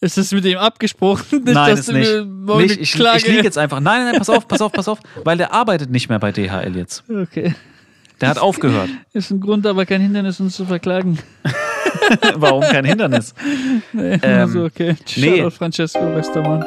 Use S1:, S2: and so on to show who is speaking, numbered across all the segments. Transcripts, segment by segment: S1: Ist das mit ihm abgesprochen? Nicht,
S2: Nein,
S1: dass
S2: ist
S1: du
S2: nicht.
S1: mir morgen
S2: nicht
S1: eine
S2: ich,
S1: Klage-
S2: ich liege jetzt einfach. Nein, nein, nein, pass auf, pass auf, pass auf, weil der arbeitet nicht mehr bei DHL jetzt.
S1: Okay.
S2: Der hat aufgehört.
S1: Ist ein Grund, aber kein Hindernis, uns zu verklagen.
S2: Warum kein Hindernis?
S1: Nee,
S2: Ähm,
S1: also okay.
S2: nee.
S1: Shoutout Francesco Westermann.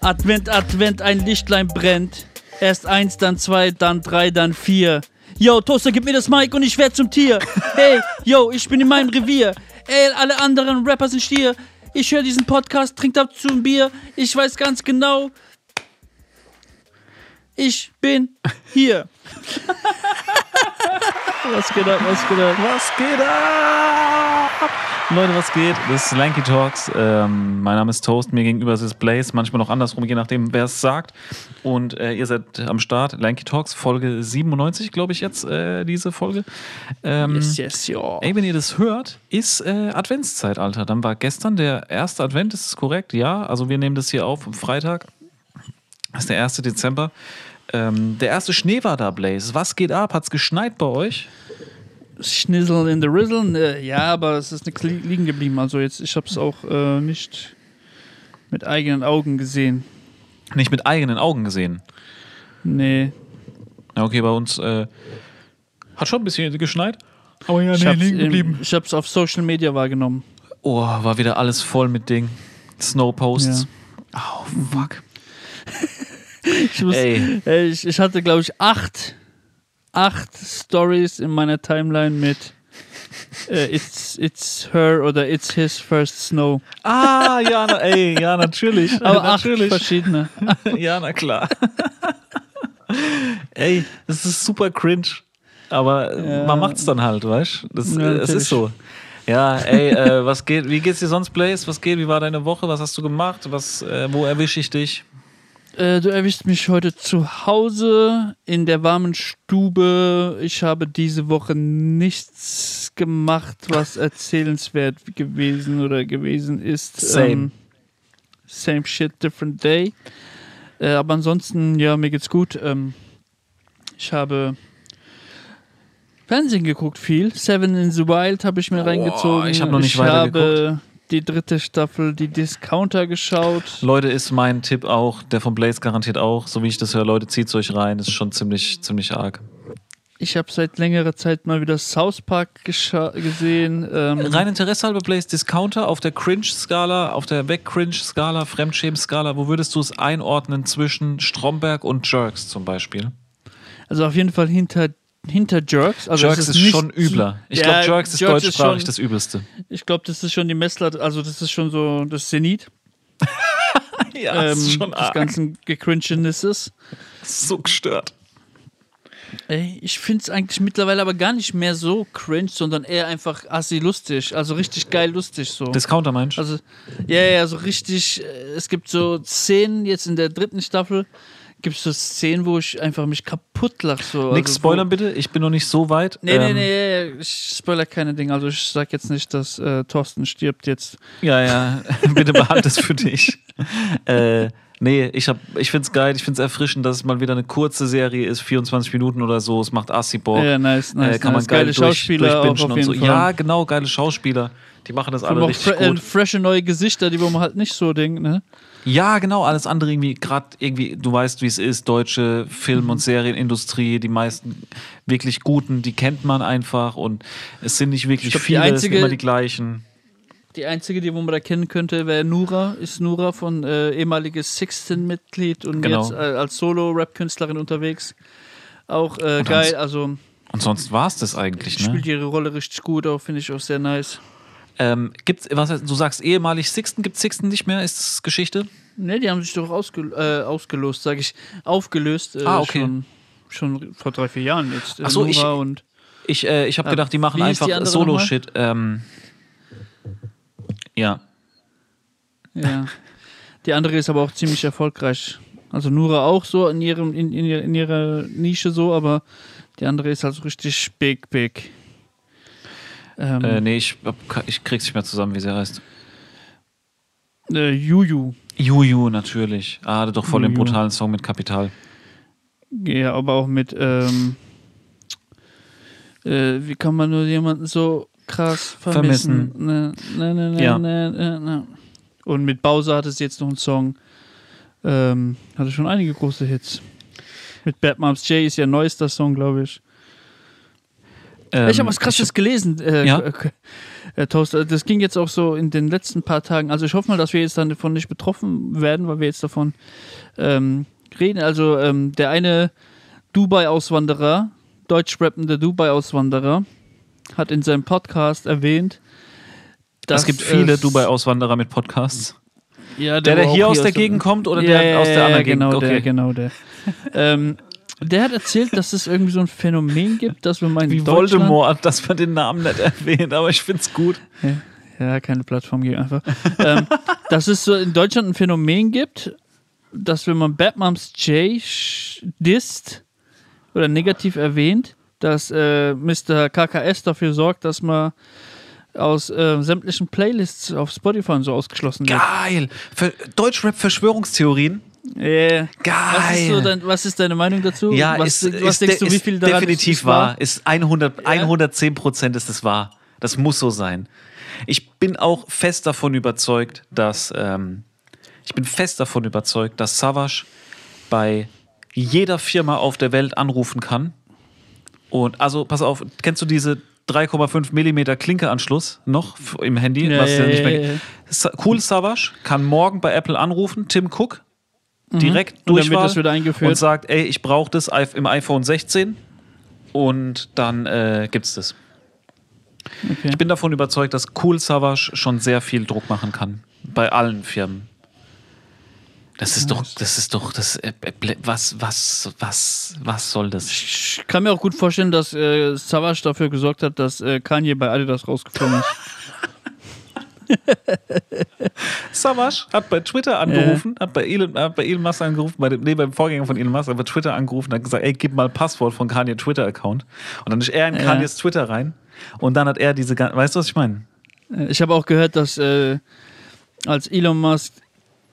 S1: Advent, Advent, ein Lichtlein brennt. Erst eins, dann zwei, dann drei, dann vier. Yo, Toaster, gib mir das Mic und ich werd zum Tier. Hey, yo, ich bin in meinem Revier. Ey, alle anderen Rapper sind Stier. Ich höre diesen Podcast, trinkt ab zu ein Bier. Ich weiß ganz genau, ich bin hier. was geht ab, was geht ab?
S2: Was geht ab? Leute, was geht? Das ist Lanky Talks. Ähm, mein Name ist Toast, mir gegenüber ist Blaze, manchmal noch andersrum, je nachdem, wer es sagt. Und äh, ihr seid am Start. Lanky Talks, Folge 97, glaube ich, jetzt äh, diese Folge. Ähm,
S1: Yes, yes, ja.
S2: Ey, wenn ihr das hört, ist äh, Adventszeit, Alter. Dann war gestern der erste Advent, ist es korrekt? Ja, also wir nehmen das hier auf am Freitag. Das ist der 1. Dezember. Ähm, der erste Schnee war da, Blaze. Was geht ab? Hat's geschneit bei euch?
S1: Schnizzle in the Rizzle. ne, Ja, aber es ist nichts li liegen geblieben. Also jetzt, ich hab's auch äh, nicht mit eigenen Augen gesehen.
S2: Nicht mit eigenen Augen gesehen.
S1: Nee.
S2: Ja, okay, bei uns äh, hat schon ein bisschen geschneit. Aber ja,
S1: Ich hab's, im, ich hab's auf Social Media wahrgenommen.
S2: Oh, war wieder alles voll mit Ding. Snowposts. Oh, fuck.
S1: Ich, muss,
S2: Ey.
S1: Ey, ich, ich hatte, glaube ich, acht, acht Stories in meiner Timeline mit äh, it's, it's her oder It's his first snow.
S2: Ah, ja, na, ey, ja, natürlich.
S1: Aber acht
S2: natürlich.
S1: verschiedene.
S2: Ja, na klar. Ey, das ist super cringe. Aber
S1: Ja.
S2: man macht's dann halt, weißt du?
S1: Ja,
S2: Es
S1: natürlich.
S2: ist so. Ja, ey, äh, was geht? Wie geht's dir sonst, Blaze? Was geht? Wie war deine Woche? Was hast du gemacht? Was, äh, wo erwische ich dich?
S1: Äh, du erwischst mich heute zu Hause in der warmen Stube. Ich habe diese Woche nichts gemacht, was erzählenswert gewesen oder gewesen ist. Ähm,
S2: Same.
S1: same shit, different day. Äh, aber ansonsten, ja, mir geht's gut. Ähm, ich habe Fernsehen geguckt viel. Seven in the Wild habe ich mir reingezogen.
S2: ich hab noch nicht
S1: ich
S2: weitergeguckt.
S1: habe die dritte Staffel, die Discounter geschaut.
S2: Leute, ist mein Tipp auch, der von Blaze garantiert auch, so wie ich das höre, Leute, zieht's euch rein, ist schon ziemlich, ziemlich arg.
S1: Ich habe seit längerer Zeit mal wieder South Park gescha- gesehen. Ähm,
S2: Rein Interesse halber, Blaze, Discounter auf der Cringe-Skala, auf der Weg-Cringe-Skala, Fremdschämen-Skala, wo würdest du es einordnen zwischen Stromberg und Jerks zum Beispiel?
S1: also auf jeden Fall hinter, hinter Jerks. Also
S2: Jerks
S1: es
S2: ist,
S1: nicht-
S2: schon übler. Ich
S1: Ja,
S2: glaube, Jerks ist
S1: Jerks ist
S2: deutschsprachig
S1: schon-
S2: das Übelste.
S1: Ich glaube, das ist schon die Messlatte, also das ist schon so das Zenit
S2: Ja,
S1: ähm, des ganzen Gecringenesses.
S2: so gestört.
S1: Ey, ich finde es eigentlich mittlerweile aber gar nicht mehr so cringe, sondern eher einfach assi lustig. Also richtig geil lustig so.
S2: Discounter meinst du?
S1: Also, ja, ja, so richtig. äh, Es gibt so Szenen jetzt in der dritten Staffel. Gibt es so Szenen, wo ich einfach mich kaputt lache. So.
S2: Nix
S1: also, wo-
S2: spoilern bitte, ich bin noch nicht so weit.
S1: Nee, nee,
S2: Ähm,
S1: nee, nee, ich spoiler keine Dinge. Also ich sag jetzt nicht, dass äh, Thorsten stirbt jetzt.
S2: Ja, ja, bitte behalte es für dich. äh, nee, ich, hab- ich finde es geil, ich finde es erfrischend, dass es mal wieder eine kurze Serie ist, 24 Minuten oder so. Es macht assi Bock.
S1: Ja, nice, nice,
S2: äh, kann
S1: nice.
S2: man geil
S1: Geile
S2: durch,
S1: Schauspieler auch
S2: durchbingen
S1: auf
S2: und
S1: jeden
S2: so.
S1: Fall.
S2: Ja, genau, geile Schauspieler. Die machen das
S1: Aber
S2: alle
S1: auch
S2: richtig
S1: fre äh,
S2: gut.
S1: frische neue Gesichter, die wo man halt nicht so denkt, ne?
S2: Ja, genau, alles andere irgendwie, gerade irgendwie, du weißt, wie es ist, deutsche
S1: Mhm.
S2: Film- und Serienindustrie, die meisten wirklich guten, die kennt man einfach und es sind nicht wirklich
S1: Ich glaub, die
S2: viele, es sind
S1: einzige-
S2: immer die gleichen.
S1: Die einzige, die wo man da kennen könnte, wäre Nura. Ist Nura von äh, ehemaliges Sixten-Mitglied und
S2: Genau.
S1: jetzt äh, als Solo-Rap-Künstlerin unterwegs. Auch äh, geil, also
S2: Und sonst war es das eigentlich, ne?
S1: spielt ihre Rolle richtig gut, auch finde ich auch sehr nice.
S2: Ähm, gibt's, was heißt, du sagst ehemalig Sixten, gibt Sixten nicht mehr? Ist das Geschichte?
S1: Ne, die haben sich doch ausgel äh, ausgelost, sage ich, aufgelöst. Äh,
S2: Ah, okay.
S1: Schon, schon vor drei, vier Jahren jetzt.
S2: Ach so, ich-
S1: Nora und
S2: Ich, äh, ich habe
S1: Ah,
S2: gedacht, die machen
S1: wie hieß
S2: einfach
S1: die andere
S2: Solo-Shit. Ähm, ja.
S1: Ja. Die andere ist aber auch ziemlich erfolgreich. Also Nura auch so in, ihrem, in, in, ihrer- in ihrer Nische so, aber die andere ist halt so richtig big, big. Ähm,
S2: Äh, nee, ich, hab ke- ich krieg's nicht mehr zusammen, wie sie heißt.
S1: äh, Juju.
S2: Juju, natürlich. Ah, hatte doch voll den
S1: Juju.
S2: brutalen Song mit Kapital.
S1: Ja, aber auch mit ähm, äh, wie kann man nur jemanden so krass vermissen? Ne, ne, ne, ne,
S2: Ja.
S1: ne, ne, ne. Und mit Bowser hat es jetzt noch einen Song. Ähm, hatte schon einige große Hits. Mit Bad Moms J ist ja neuester Song, glaube ich.
S2: Ähm,
S1: ich habe was Krasses gelesen. Äh,
S2: Ja?
S1: K- K- Herr Toast, Äh, das ging jetzt auch so in den letzten paar Tagen. Also ich hoffe mal, dass wir jetzt davon nicht betroffen werden, weil wir jetzt davon ähm, reden. Also ähm, der eine Dubai-Auswanderer, deutsch rappende Dubai-Auswanderer, hat in seinem Podcast erwähnt, dass
S2: es gibt viele
S1: es-
S2: Dubai-Auswanderer mit Podcasts.
S1: Ja,
S2: Der, der
S1: war
S2: hier
S1: auch
S2: aus der Gegend kommt oder der aus der anderen
S1: genau
S2: Gegend?
S1: Der,
S2: Okay.
S1: genau der. ähm, der hat erzählt, dass es irgendwie so ein Phänomen gibt, dass wenn man in
S2: Wie
S1: Deutschland
S2: Voldemort, dass man den Namen nicht erwähnt, aber ich find's gut.
S1: Ja, keine Plattform geben einfach. ähm, dass es so in Deutschland ein Phänomen gibt, dass wenn man Batmums J sch- disst oder negativ erwähnt, dass äh, Mr. KKS dafür sorgt, dass man aus äh, sämtlichen Playlists auf Spotify und so ausgeschlossen wird.
S2: Geil! Ver Deutschrap-Verschwörungstheorien.
S1: Yeah.
S2: Geil!
S1: Was, ist so dein, was ist deine Meinung dazu?
S2: ja,
S1: was,
S2: ist,
S1: was
S2: ist,
S1: denkst
S2: de-
S1: du, wie
S2: ist
S1: viel daran
S2: definitiv
S1: ist
S2: wahr. Ist 100, 110 Prozent ist es wahr. Das muss so sein. Ich bin auch fest davon überzeugt, dass ähm, ich bin fest davon überzeugt, dass Savage bei jeder Firma auf der Welt anrufen kann. Und also, pass auf, kennst du diese 3,5 Millimeter Klinkeanschluss noch f- im Handy?
S1: Ja,
S2: was
S1: ja,
S2: ja nicht
S1: ja,
S2: mehr
S1: ja, ja.
S2: Sa- Cool Savage kann morgen bei Apple anrufen, Tim Cook, direkt
S1: Mhm. Und
S2: durch
S1: dann wird das wieder eingeführt.
S2: und sagt, ey, ich brauche das i- im iPhone 16 und dann äh, gibt's das.
S1: Okay.
S2: Ich bin davon überzeugt, dass Cool Savage schon sehr viel Druck machen kann bei allen Firmen. Das ist doch, das ist doch, das äh, äh, ble- was, was, was, was soll das?
S1: Ich kann mir auch gut vorstellen, dass äh, Savage dafür gesorgt hat, dass äh, Kanye bei Adidas rausgeflogen ist.
S2: Savage hat bei Twitter angerufen, hat bei Elon, hat bei Elon Musk angerufen, bei dem, nee, beim Vorgänger von Elon Musk, hat bei Twitter angerufen, hat gesagt, ey, gib mal Passwort von Kanye Twitter Account. Und dann ist er in
S1: Ja.
S2: Kanyes Twitter rein und dann hat er diese, gan- weißt du, was ich meine?
S1: Äh, Ich habe auch gehört, dass äh, als Elon Musk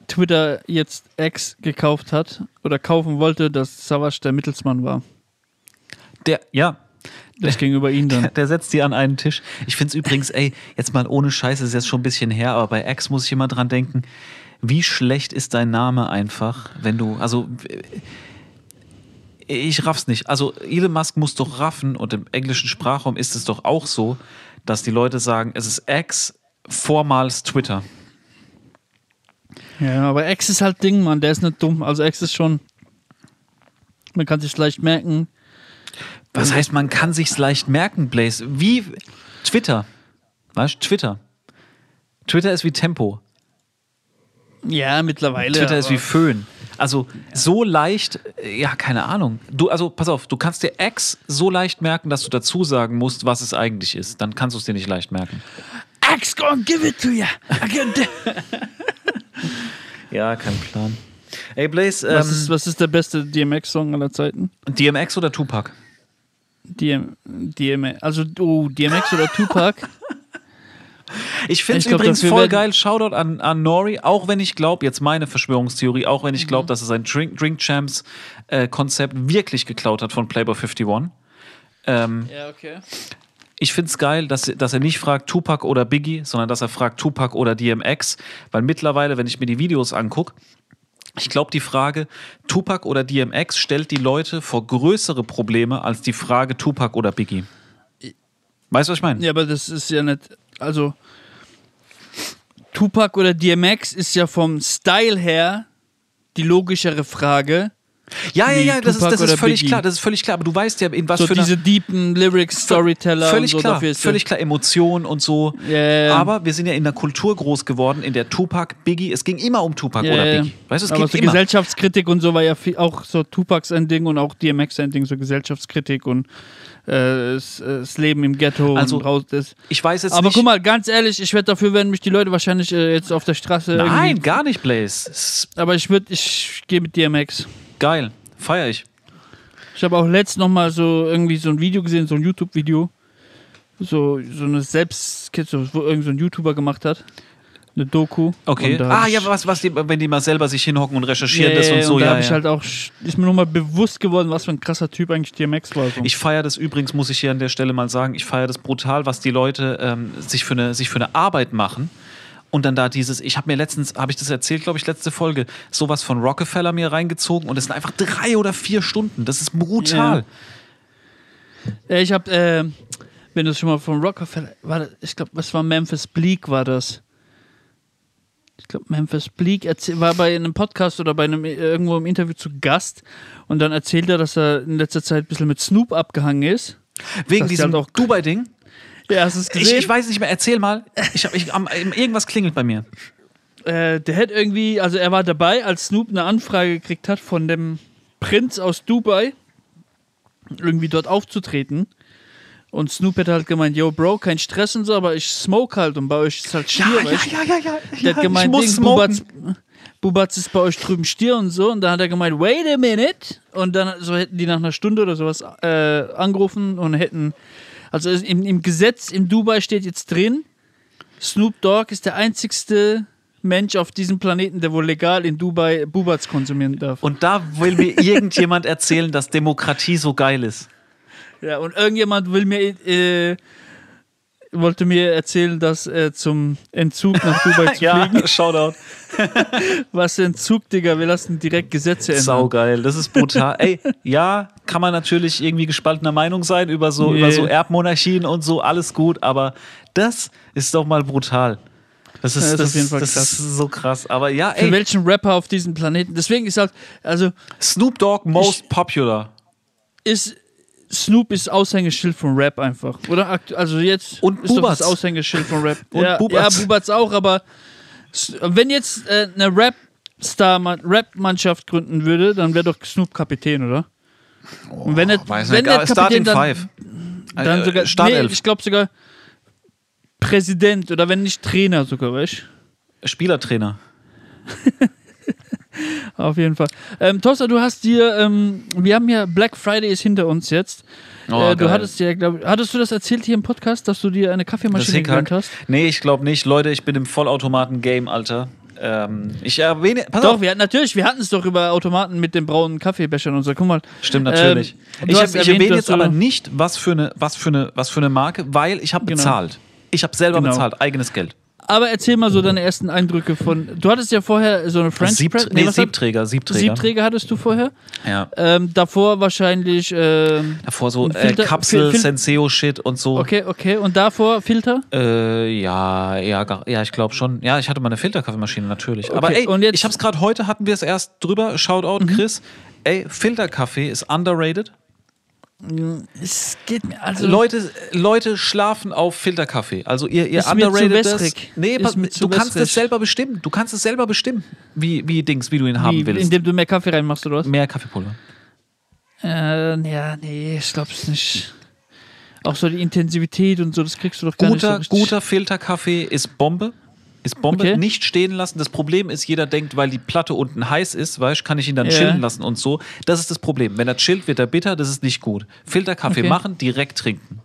S1: Twitter jetzt X gekauft hat oder kaufen wollte, dass Savage der Mittelsmann war.
S2: Der, ja,
S1: Das ging über ihn dann.
S2: Der setzt die an einen Tisch. Ich finde es übrigens, ey, jetzt mal ohne Scheiße, ist jetzt schon ein bisschen her, aber bei X muss ich immer dran denken, wie schlecht ist dein Name einfach, wenn du, also äh, ich raff's nicht. Also Elon Musk muss doch raffen und im englischen Sprachraum ist es doch auch so, dass die Leute sagen, es ist X, vormals Twitter.
S1: Ja, aber X ist halt Ding, Mann. Der ist nicht dumm. Also X ist schon. Man kann sich leicht merken.
S2: Was heißt, man kann sich's leicht merken, Blaze? Wie Twitter. Weißt du, Twitter. Twitter ist wie Tempo.
S1: Ja, mittlerweile.
S2: Twitter ist
S1: aber-
S2: wie Föhn. Also so leicht, äh, ja, keine Ahnung. Du, also pass auf, du kannst dir X so leicht merken, dass du dazu sagen musst, was es eigentlich ist. Dann kannst du es dir nicht leicht merken.
S1: X gonna give it to you. I can do-
S2: Ja, kein Plan. Ey, Blaze,
S1: was, ist,
S2: ähm,
S1: was ist der beste DMX-Song aller Zeiten?
S2: DMX oder Tupac?
S1: DM, DM, also oh, DMX oder Tupac.
S2: Ich finde
S1: Ich
S2: es
S1: glaub,
S2: übrigens
S1: dafür
S2: voll
S1: werden-
S2: geil. Shoutout an, an Nori, auch wenn ich glaube, jetzt meine Verschwörungstheorie, auch wenn ich glaube, dass er sein Drink, Drink Champs äh, Konzept wirklich geklaut hat von Playboy 51. Ähm,
S1: ja, okay.
S2: ich finde es geil, dass, dass er nicht fragt Tupac oder Biggie, sondern dass er fragt Tupac oder DMX, weil mittlerweile, wenn ich mir die Videos angucke, ich glaube, die Frage Tupac oder DMX stellt die Leute vor größere Probleme als die Frage Tupac oder Biggie. Weißt du, was ich meine?
S1: Ja, aber das ist ja nicht, also Tupac oder DMX ist ja vom Style her die logischere Frage.
S2: Ja, ja,
S1: Wie
S2: ja, das ist,
S1: Tupac
S2: das ist
S1: oder
S2: völlig
S1: Biggie.
S2: klar, das ist völlig klar. Aber du weißt ja, in was
S1: So
S2: für
S1: diese
S2: eine
S1: deepen Lyrics, Storyteller
S2: völlig
S1: und so
S2: klar,
S1: dafür ist
S2: völlig klar Emotionen und so.
S1: Ja, ja.
S2: Aber wir sind ja in einer Kultur groß geworden, in der Tupac, Biggie, es ging immer um Tupac
S1: ja,
S2: oder
S1: ja.
S2: Biggie. Weißt du, es
S1: aber
S2: geht
S1: so
S2: immer.
S1: Gesellschaftskritik und so war ja viel, auch so Tupac sein Ding und auch DMX sein Ding, so Gesellschaftskritik und äh, das, das Leben im Ghetto
S2: Also,
S1: und raus. Das,
S2: Ich weiß jetzt
S1: Aber
S2: nicht,
S1: guck mal, ganz ehrlich, ich werde dafür werden mich die Leute wahrscheinlich äh, jetzt auf der Straße.
S2: Nein,
S1: irgendwie-
S2: gar nicht, Blaze. S-
S1: Aber ich würde, ich gehe mit DMX.
S2: Geil. Feier ich.
S1: Ich habe auch letzt noch mal so irgendwie so ein Video gesehen, so ein YouTube-Video. So, so eine Selbstkizze, wo irgend so ein YouTuber gemacht hat. eine Doku.
S2: Okay.
S1: Und da hab
S2: Ah,
S1: ich-
S2: ja, was, was die, wenn die mal selber sich hinhocken und recherchieren das
S1: Yeah,
S2: und so.
S1: da
S2: ja,
S1: hab
S2: ja.
S1: ich halt auch, ist mir nochmal bewusst geworden, was für ein krasser Typ eigentlich DMX war. So.
S2: Ich feiere das übrigens, muss ich hier an der Stelle mal sagen, ich feiere das brutal, was die Leute ähm, sich, für eine, sich für eine Arbeit machen. Und dann da dieses, ich habe mir letztens, habe ich das erzählt, glaube ich, letzte Folge, sowas von Rockefeller mir reingezogen und es sind einfach drei oder vier Stunden. Das ist brutal.
S1: Ja. Äh, ich hab, äh, wenn du es schon mal von Rockefeller, war das, ich glaube, was war Memphis Bleak, war das? Ich glaube, Memphis Bleak erzähl- war bei einem Podcast oder bei einem irgendwo im Interview zu Gast und dann erzählt er, dass er in letzter Zeit ein bisschen mit Snoop abgehangen ist.
S2: Wegen
S1: Das ist
S2: diesem
S1: halt auch-
S2: Dubai-Ding.
S1: Ja, hast du es
S2: Ich,
S1: gesehen?
S2: ich weiß nicht mehr, erzähl mal. Ich hab, ich, am, irgendwas klingelt bei mir.
S1: äh, der hat irgendwie, also er war dabei, als Snoop eine Anfrage gekriegt hat von dem Prinz aus Dubai, irgendwie dort aufzutreten. Und Snoop hat halt gemeint, yo, Bro, kein Stress und so, aber ich smoke halt und bei euch ist halt schwierig.
S2: ja, ja, ja.
S1: Der hat gemeint, Ding, Bubatz, Bubatz ist bei euch drüben Stier und so. Und dann hat er gemeint, wait a minute. Und dann so hätten die nach einer Stunde oder sowas äh, angerufen und hätten. Also es- im, im Gesetz in Dubai steht jetzt drin, Snoop Dogg ist der einzigste Mensch auf diesem Planeten, der wohl legal in Dubai Bubatz konsumieren darf.
S2: Und da will mir irgendjemand erzählen, dass Demokratie so geil ist.
S1: ja, und irgendjemand will mir. Äh, wollte mir erzählen, dass äh, zum Entzug nach Dubai zu fliegen.
S2: Shoutout.
S1: Was Entzug, Digga? Wir lassen direkt Gesetze ändern.
S2: Saugeil, das ist brutal. Ey, ja, kann man natürlich irgendwie gespaltener Meinung sein über so,
S1: Nee.
S2: über so Erbmonarchien und so, alles gut, aber das ist doch mal brutal. Das ist,
S1: Ja, ist
S2: das,
S1: auf jeden Fall
S2: das
S1: krass.
S2: ist so krass. Aber ja,
S1: Für
S2: ey,
S1: welchen Rapper auf diesem Planeten? Deswegen ist halt, also
S2: Snoop Dogg most popular.
S1: ist Snoop ist Aushängeschild von Rap einfach, oder? Akt- Also jetzt
S2: Und
S1: ist doch das
S2: Bubatz.
S1: Aushängeschild von Rap.
S2: Und
S1: ja,
S2: Bubatz.
S1: ja, Bubatz auch, aber S- wenn jetzt äh, eine Rap Star Rap Mannschaft gründen würde, dann wäre doch Snoop Kapitän, oder? Und
S2: Oh,
S1: wenn, er, wenn der Kapitän
S2: Starting
S1: dann,
S2: Five.
S1: dann
S2: Äh,
S1: sogar nee,
S2: Startelf.
S1: ich glaube sogar Präsident oder wenn nicht Trainer sogar, weißt? du?
S2: Spielertrainer.
S1: Auf jeden Fall. Ähm, Tosta, du hast dir, ähm, wir haben ja Black Friday ist hinter uns jetzt.
S2: Oh,
S1: äh, du
S2: geil.
S1: hattest ja, glaube ich, hattest du das erzählt hier im Podcast, dass du dir eine
S2: Das
S1: Kaffeemaschine
S2: Hickhack.
S1: gegönnt hast?
S2: Nee, ich glaube nicht. Leute, ich bin im Vollautomaten-Game, Alter. Ähm, ich erwähne. Pass
S1: Doch, wir hatten natürlich, wir hatten es doch über Automaten mit den braunen Kaffeebechern und so. Guck mal.
S2: Stimmt natürlich.
S1: Ähm, du
S2: ich hab-
S1: hast
S2: ich
S1: erwähnt,
S2: erwähne
S1: dass
S2: jetzt
S1: du-
S2: aber nicht, was für eine, was für eine, was für eine Marke, weil ich habe
S1: Genau.
S2: bezahlt. Ich habe selber
S1: Genau.
S2: bezahlt, eigenes Geld.
S1: Aber erzähl mal so deine ersten Eindrücke von. Du hattest ja vorher so eine French
S2: Sieb,
S1: Press.
S2: nee,
S1: was hat-
S2: Siebträger, Siebträger.
S1: Siebträger hattest du vorher.
S2: Ja.
S1: Ähm, davor wahrscheinlich. Ähm,
S2: Davor so
S1: Ein
S2: äh,
S1: Filter-
S2: Kapsel,
S1: Fil- Fil-
S2: Senseo-Shit und so.
S1: okay, okay. Und davor Filter?
S2: Äh, ja, ja, gar- ja, ich glaube schon. Ja, ich hatte mal eine Filterkaffeemaschine natürlich. Aber ey,
S1: und jetzt- Mhm.
S2: ich habe es gerade heute, hatten wir es erst drüber. Shoutout, Chris. Ey, Filterkaffee ist underrated.
S1: Es geht mir. Also,
S2: Leute, Leute schlafen auf Filterkaffee. Also ihr, ihr
S1: Ist mir zu
S2: underrated das.
S1: wässrig.
S2: Nee,
S1: Ist
S2: pass-
S1: mir zu
S2: du kannst
S1: wässrig.
S2: es selber bestimmen. Du kannst es selber bestimmen, wie, wie Dings, wie du ihn haben
S1: wie,
S2: willst.
S1: indem du mehr Kaffee reinmachst oder was?
S2: Mehr Kaffeepulver.
S1: Äh, ja, nee, ich glaub's nicht. Auch so die Intensität und so, das kriegst du doch gar
S2: Guter,
S1: nicht so richtig.
S2: guter Filterkaffee ist Bombe. Ist Bombe.
S1: Okay.
S2: Nicht stehen lassen. Das Problem ist, jeder denkt, weil die Platte unten heiß ist, weißt, kann ich ihn dann
S1: Ja.
S2: chillen lassen und so. Das ist das Problem. Wenn er chillt, wird er bitter. Das ist nicht gut. Filterkaffee
S1: Okay.
S2: machen, direkt trinken.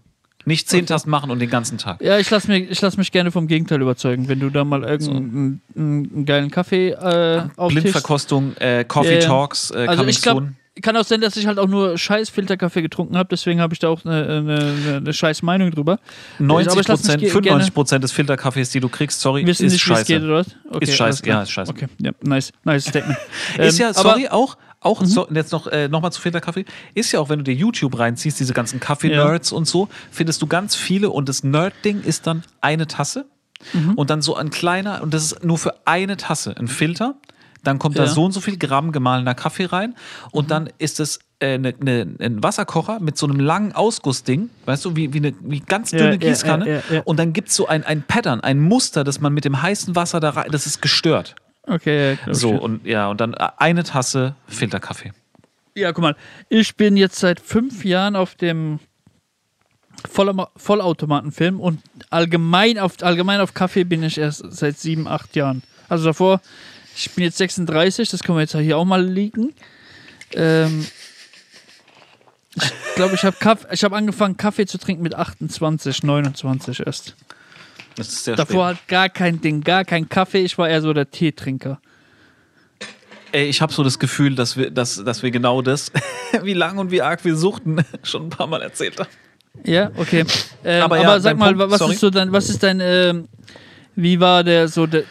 S2: Nicht zehn Tassen machen und den ganzen Tag.
S1: Ja, ich lass, mich, ich lass mich gerne vom Gegenteil überzeugen, wenn du da mal irgendeinen einen geilen Kaffee äh, auftischst.
S2: Blindverkostung, äh, Coffee
S1: Ja, ja.
S2: Ah, Talks, äh,
S1: Also
S2: coming
S1: ich glaube,
S2: soon.
S1: kann auch sein, dass ich halt auch nur scheiß Filterkaffee getrunken habe, deswegen habe ich da auch eine, eine, eine, eine scheiß Meinung drüber. Also,
S2: 90
S1: ich lass mich
S2: Prozent,
S1: ge- gerne-
S2: 95 Prozent des Filterkaffees, die du kriegst, sorry, ist
S1: Wissen nicht, wie es
S2: scheiße.
S1: geht, oder? was? Okay,
S2: Ist scheiße,
S1: alles klar.
S2: ja, ist scheiße.
S1: Okay, ja, nice, nice Statement.
S2: ist
S1: Ähm,
S2: ja,
S1: aber- Mhm.
S2: sorry, auch, auch so, jetzt noch, äh, noch mal zu Filterkaffee, ist ja auch, wenn du dir YouTube reinziehst, diese ganzen Kaffee-Nerds und so, findest du ganz viele und das Nerd-Ding ist dann eine Tasse
S1: Mhm.
S2: und dann so ein kleiner, und das ist nur für eine Tasse ein Filter, dann kommt da
S1: Ja. Mhm.
S2: so und so viel Gramm gemahlener Kaffee rein und dann ist es äh, ne, ne, ein Wasserkocher mit so einem langen Ausgussding, weißt du, wie, wie eine wie ganz
S1: Ja,
S2: dünne
S1: ja,
S2: Gießkanne
S1: ja, ja, ja.
S2: und dann gibt es so ein, ein Pattern, ein Muster, das man mit dem heißen Wasser da rein, das ist gestört.
S1: Okay, ja, glaub ich,
S2: So,
S1: ja.
S2: und ja, und dann äh, eine Tasse Filterkaffee.
S1: Ja, guck mal, ich bin jetzt seit fünf Jahren auf dem Vollama- Vollautomatenfilm und allgemein auf, allgemein auf Kaffee bin ich erst seit sieben, acht Jahren. Also davor, ich bin jetzt 36, das können wir jetzt hier auch mal liegen. Ähm, ich glaube, ich habe Kaff- ich hab angefangen, Kaffee zu trinken mit 28, 29 erst.
S2: Das ist sehr
S1: Davor
S2: spät.
S1: hat gar kein Ding, gar kein Kaffee. Ich war eher so der Teetrinker.
S2: Ey, ich habe so das Gefühl, dass wir, dass, dass wir genau das, wie lang und wie arg wir suchten, schon ein paar Mal erzählt haben.
S1: Äh, Ja, okay. Ähm,
S2: Aber
S1: aber
S2: ja,
S1: sag
S2: dein
S1: mal,
S2: Punkt,
S1: was
S2: sorry.
S1: ist so dein, was ist dein, ähm, wie war der so der,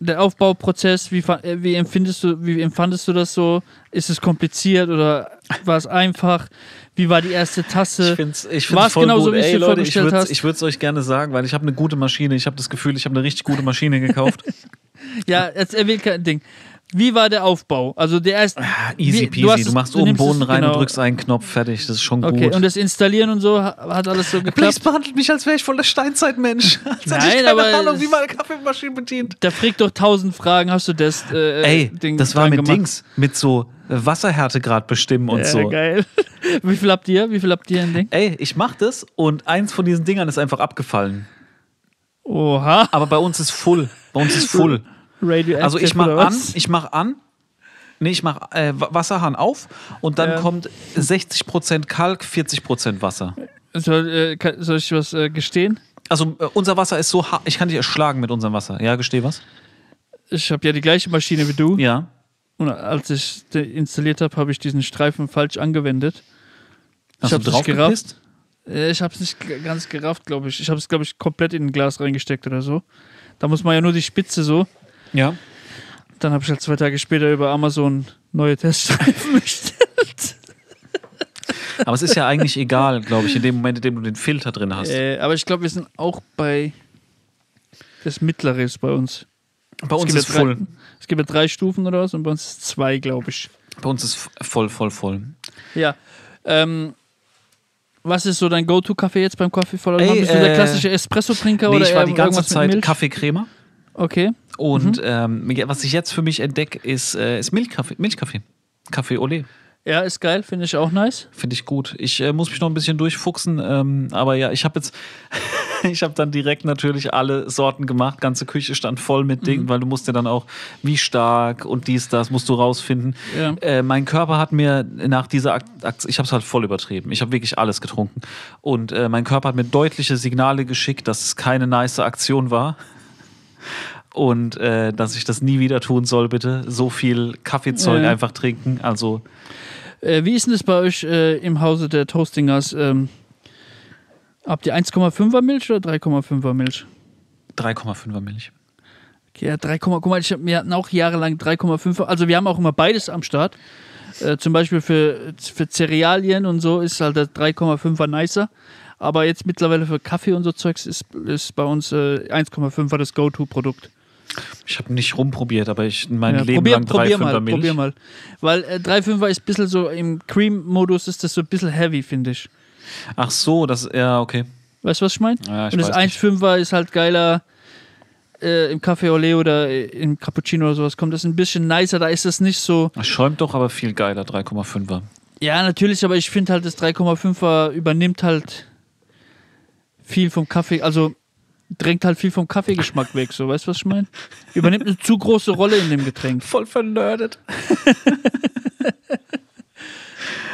S1: der Aufbauprozess? Wie, fa- äh, wie empfindest du, wie empfandest du das so? Ist es kompliziert oder war es einfach? Wie war die erste Tasse?
S2: Ich find's, ich find's
S1: War's
S2: voll
S1: genauso,
S2: gut.
S1: wie ich's
S2: Ey,
S1: dir
S2: Leute, ich
S1: vorgestellt
S2: würde
S1: hast?
S2: ich würd's euch gerne sagen, weil ich habe eine gute Maschine. Ich habe das Gefühl, ich habe eine richtig gute Maschine gekauft.
S1: ja, jetzt erwähnt kein Ding. Wie war der Aufbau? Also der erste.
S2: Ah, Easy
S1: wie-
S2: peasy.
S1: hast
S2: Du,
S1: es-
S2: machst oben
S1: nimmst es-
S2: Boden rein
S1: genau.
S2: und drückst einen Knopf, fertig. Das ist schon
S1: Okay,
S2: gut.
S1: und das Installieren und so ha- hat alles so
S2: Please
S1: geklappt.
S2: behandelt mich, als wäre ich voll der Steinzeitmensch. Als hätte ich
S1: Nein,
S2: keine
S1: aber
S2: Ahnung,
S1: es-
S2: wie man eine Kaffeemaschine bedient.
S1: Da fragt doch tausend Fragen, hast du das äh,
S2: Ey,
S1: Ding
S2: das war
S1: dran
S2: mit
S1: gemacht?
S2: Dings, mit so äh, Wasserhärtegrad bestimmen und
S1: Ja,
S2: so.
S1: geil. Wie viel habt ihr? Wie viel habt ihr in Ding?
S2: Ey, ich mach das und eins von diesen Dingern ist einfach abgefallen.
S1: Oha.
S2: Aber bei uns ist full. Bei uns ist full.
S1: Radio
S2: Also ich
S1: Active
S2: mach
S1: oder
S2: an,
S1: was?
S2: ich mach an. Nee, ich mach äh, Wa- Wasserhahn auf und dann
S1: Ja.
S2: kommt 60% Kalk, 40% Wasser.
S1: Soll, äh, kann- soll ich was äh, gestehen?
S2: Also äh, unser Wasser ist so hart, ich kann dich erschlagen mit unserem Wasser. Ja, gesteh was?
S1: Ich habe ja die gleiche Maschine wie du.
S2: Ja.
S1: Und als ich die installiert habe, habe ich diesen Streifen falsch angewendet.
S2: Hast
S1: hab's
S2: du
S1: nicht
S2: drauf
S1: gerafft.
S2: gepisst?
S1: Äh, Ich habe es nicht g- ganz gerafft, glaube ich. Ich habe es, glaube ich, komplett in ein Glas reingesteckt oder so. Da muss man ja nur die Spitze so.
S2: Ja.
S1: Dann habe ich halt zwei Tage später über Amazon neue Teststreifen bestellt.
S2: Aber es ist ja eigentlich egal, glaube ich, in dem Moment, in dem du den Filter drin hast.
S1: Äh, aber ich glaube, wir sind auch bei das Mittlere ist bei uns.
S2: bei uns
S1: gibt
S2: ist
S1: ja drei-
S2: voll.
S1: Es gibt ja drei Stufen oder was und bei uns ist zwei, glaube ich.
S2: Bei uns ist f- voll, voll, voll.
S1: Ja. Ähm, was ist so dein Go-To-Kaffee jetzt beim Kaffee voll?
S2: Ey,
S1: Bist du der
S2: äh,
S1: klassische Espresso-Trinker
S2: Nee,
S1: oder
S2: ich war
S1: eher
S2: die ganze
S1: irgendwas mit
S2: Zeit
S1: Milch?
S2: Kaffeecremer.
S1: Okay.
S2: Und ähm, ja, was ich jetzt für mich entdecke, ist, äh, ist Milchkaffee. Milchkaffee. Kaffee Olé.
S1: Ja, ist geil, finde ich auch nice.
S2: Finde ich gut. Ich äh, muss mich noch ein bisschen durchfuchsen, ähm, aber ja, ich habe jetzt, ich habe dann direkt natürlich alle Sorten gemacht. Ganze Küche stand voll mit Dingen,
S1: Mhm.
S2: weil du musst ja dann auch, wie stark und dies, das musst du rausfinden.
S1: Ja.
S2: Äh, mein Körper hat mir nach dieser Aktion, ich habe es halt voll übertrieben. Ich habe wirklich alles getrunken. Und äh, mein Körper hat mir deutliche Signale geschickt, dass es keine nice Aktion war. Und äh, dass ich das nie wieder tun soll, bitte. So viel Kaffeezeug
S1: Ja.
S2: einfach trinken. Also
S1: Äh, wie ist denn das bei euch äh, im Hause der Toastingers? Ähm, habt ihr 1,5er Milch oder 3,5er Milch?
S2: 3,5er Milch.
S1: Ja, 3, guck mal, ich hab, wir hatten auch jahrelang 3,5. Also wir haben auch immer beides am Start. Äh, zum Beispiel für, für Cerealien und so ist halt der 3,5er nicer. Aber jetzt mittlerweile für Kaffee und so Zeugs ist, ist bei uns äh, 1,5er das Go-To-Produkt.
S2: Ich habe nicht rumprobiert, aber ich mein
S1: Ja,
S2: Leben lang drei
S1: probier
S2: Fünfer
S1: mal,
S2: Milch.
S1: probier mal. Weil äh, 3,5er ist ein bisschen so, im Cream-Modus ist das so ein bisschen heavy, finde ich.
S2: Ach so, das ja okay.
S1: Weißt du, was ich meine?
S2: Ja, ich
S1: und das
S2: weiß nicht.
S1: 1,5er ist halt geiler äh, im Kaffee Olé oder äh, im Cappuccino oder sowas. Kommt das ein bisschen nicer, da ist das nicht so...
S2: Das schäumt doch aber viel geiler 3,5er.
S1: Ja, natürlich, aber ich finde halt, das 3,5er übernimmt halt viel vom Kaffee, also drängt halt viel vom Kaffeegeschmack weg, so, weißt du, was ich meine? Übernimmt eine zu große Rolle in dem Getränk.
S2: Voll vernördet.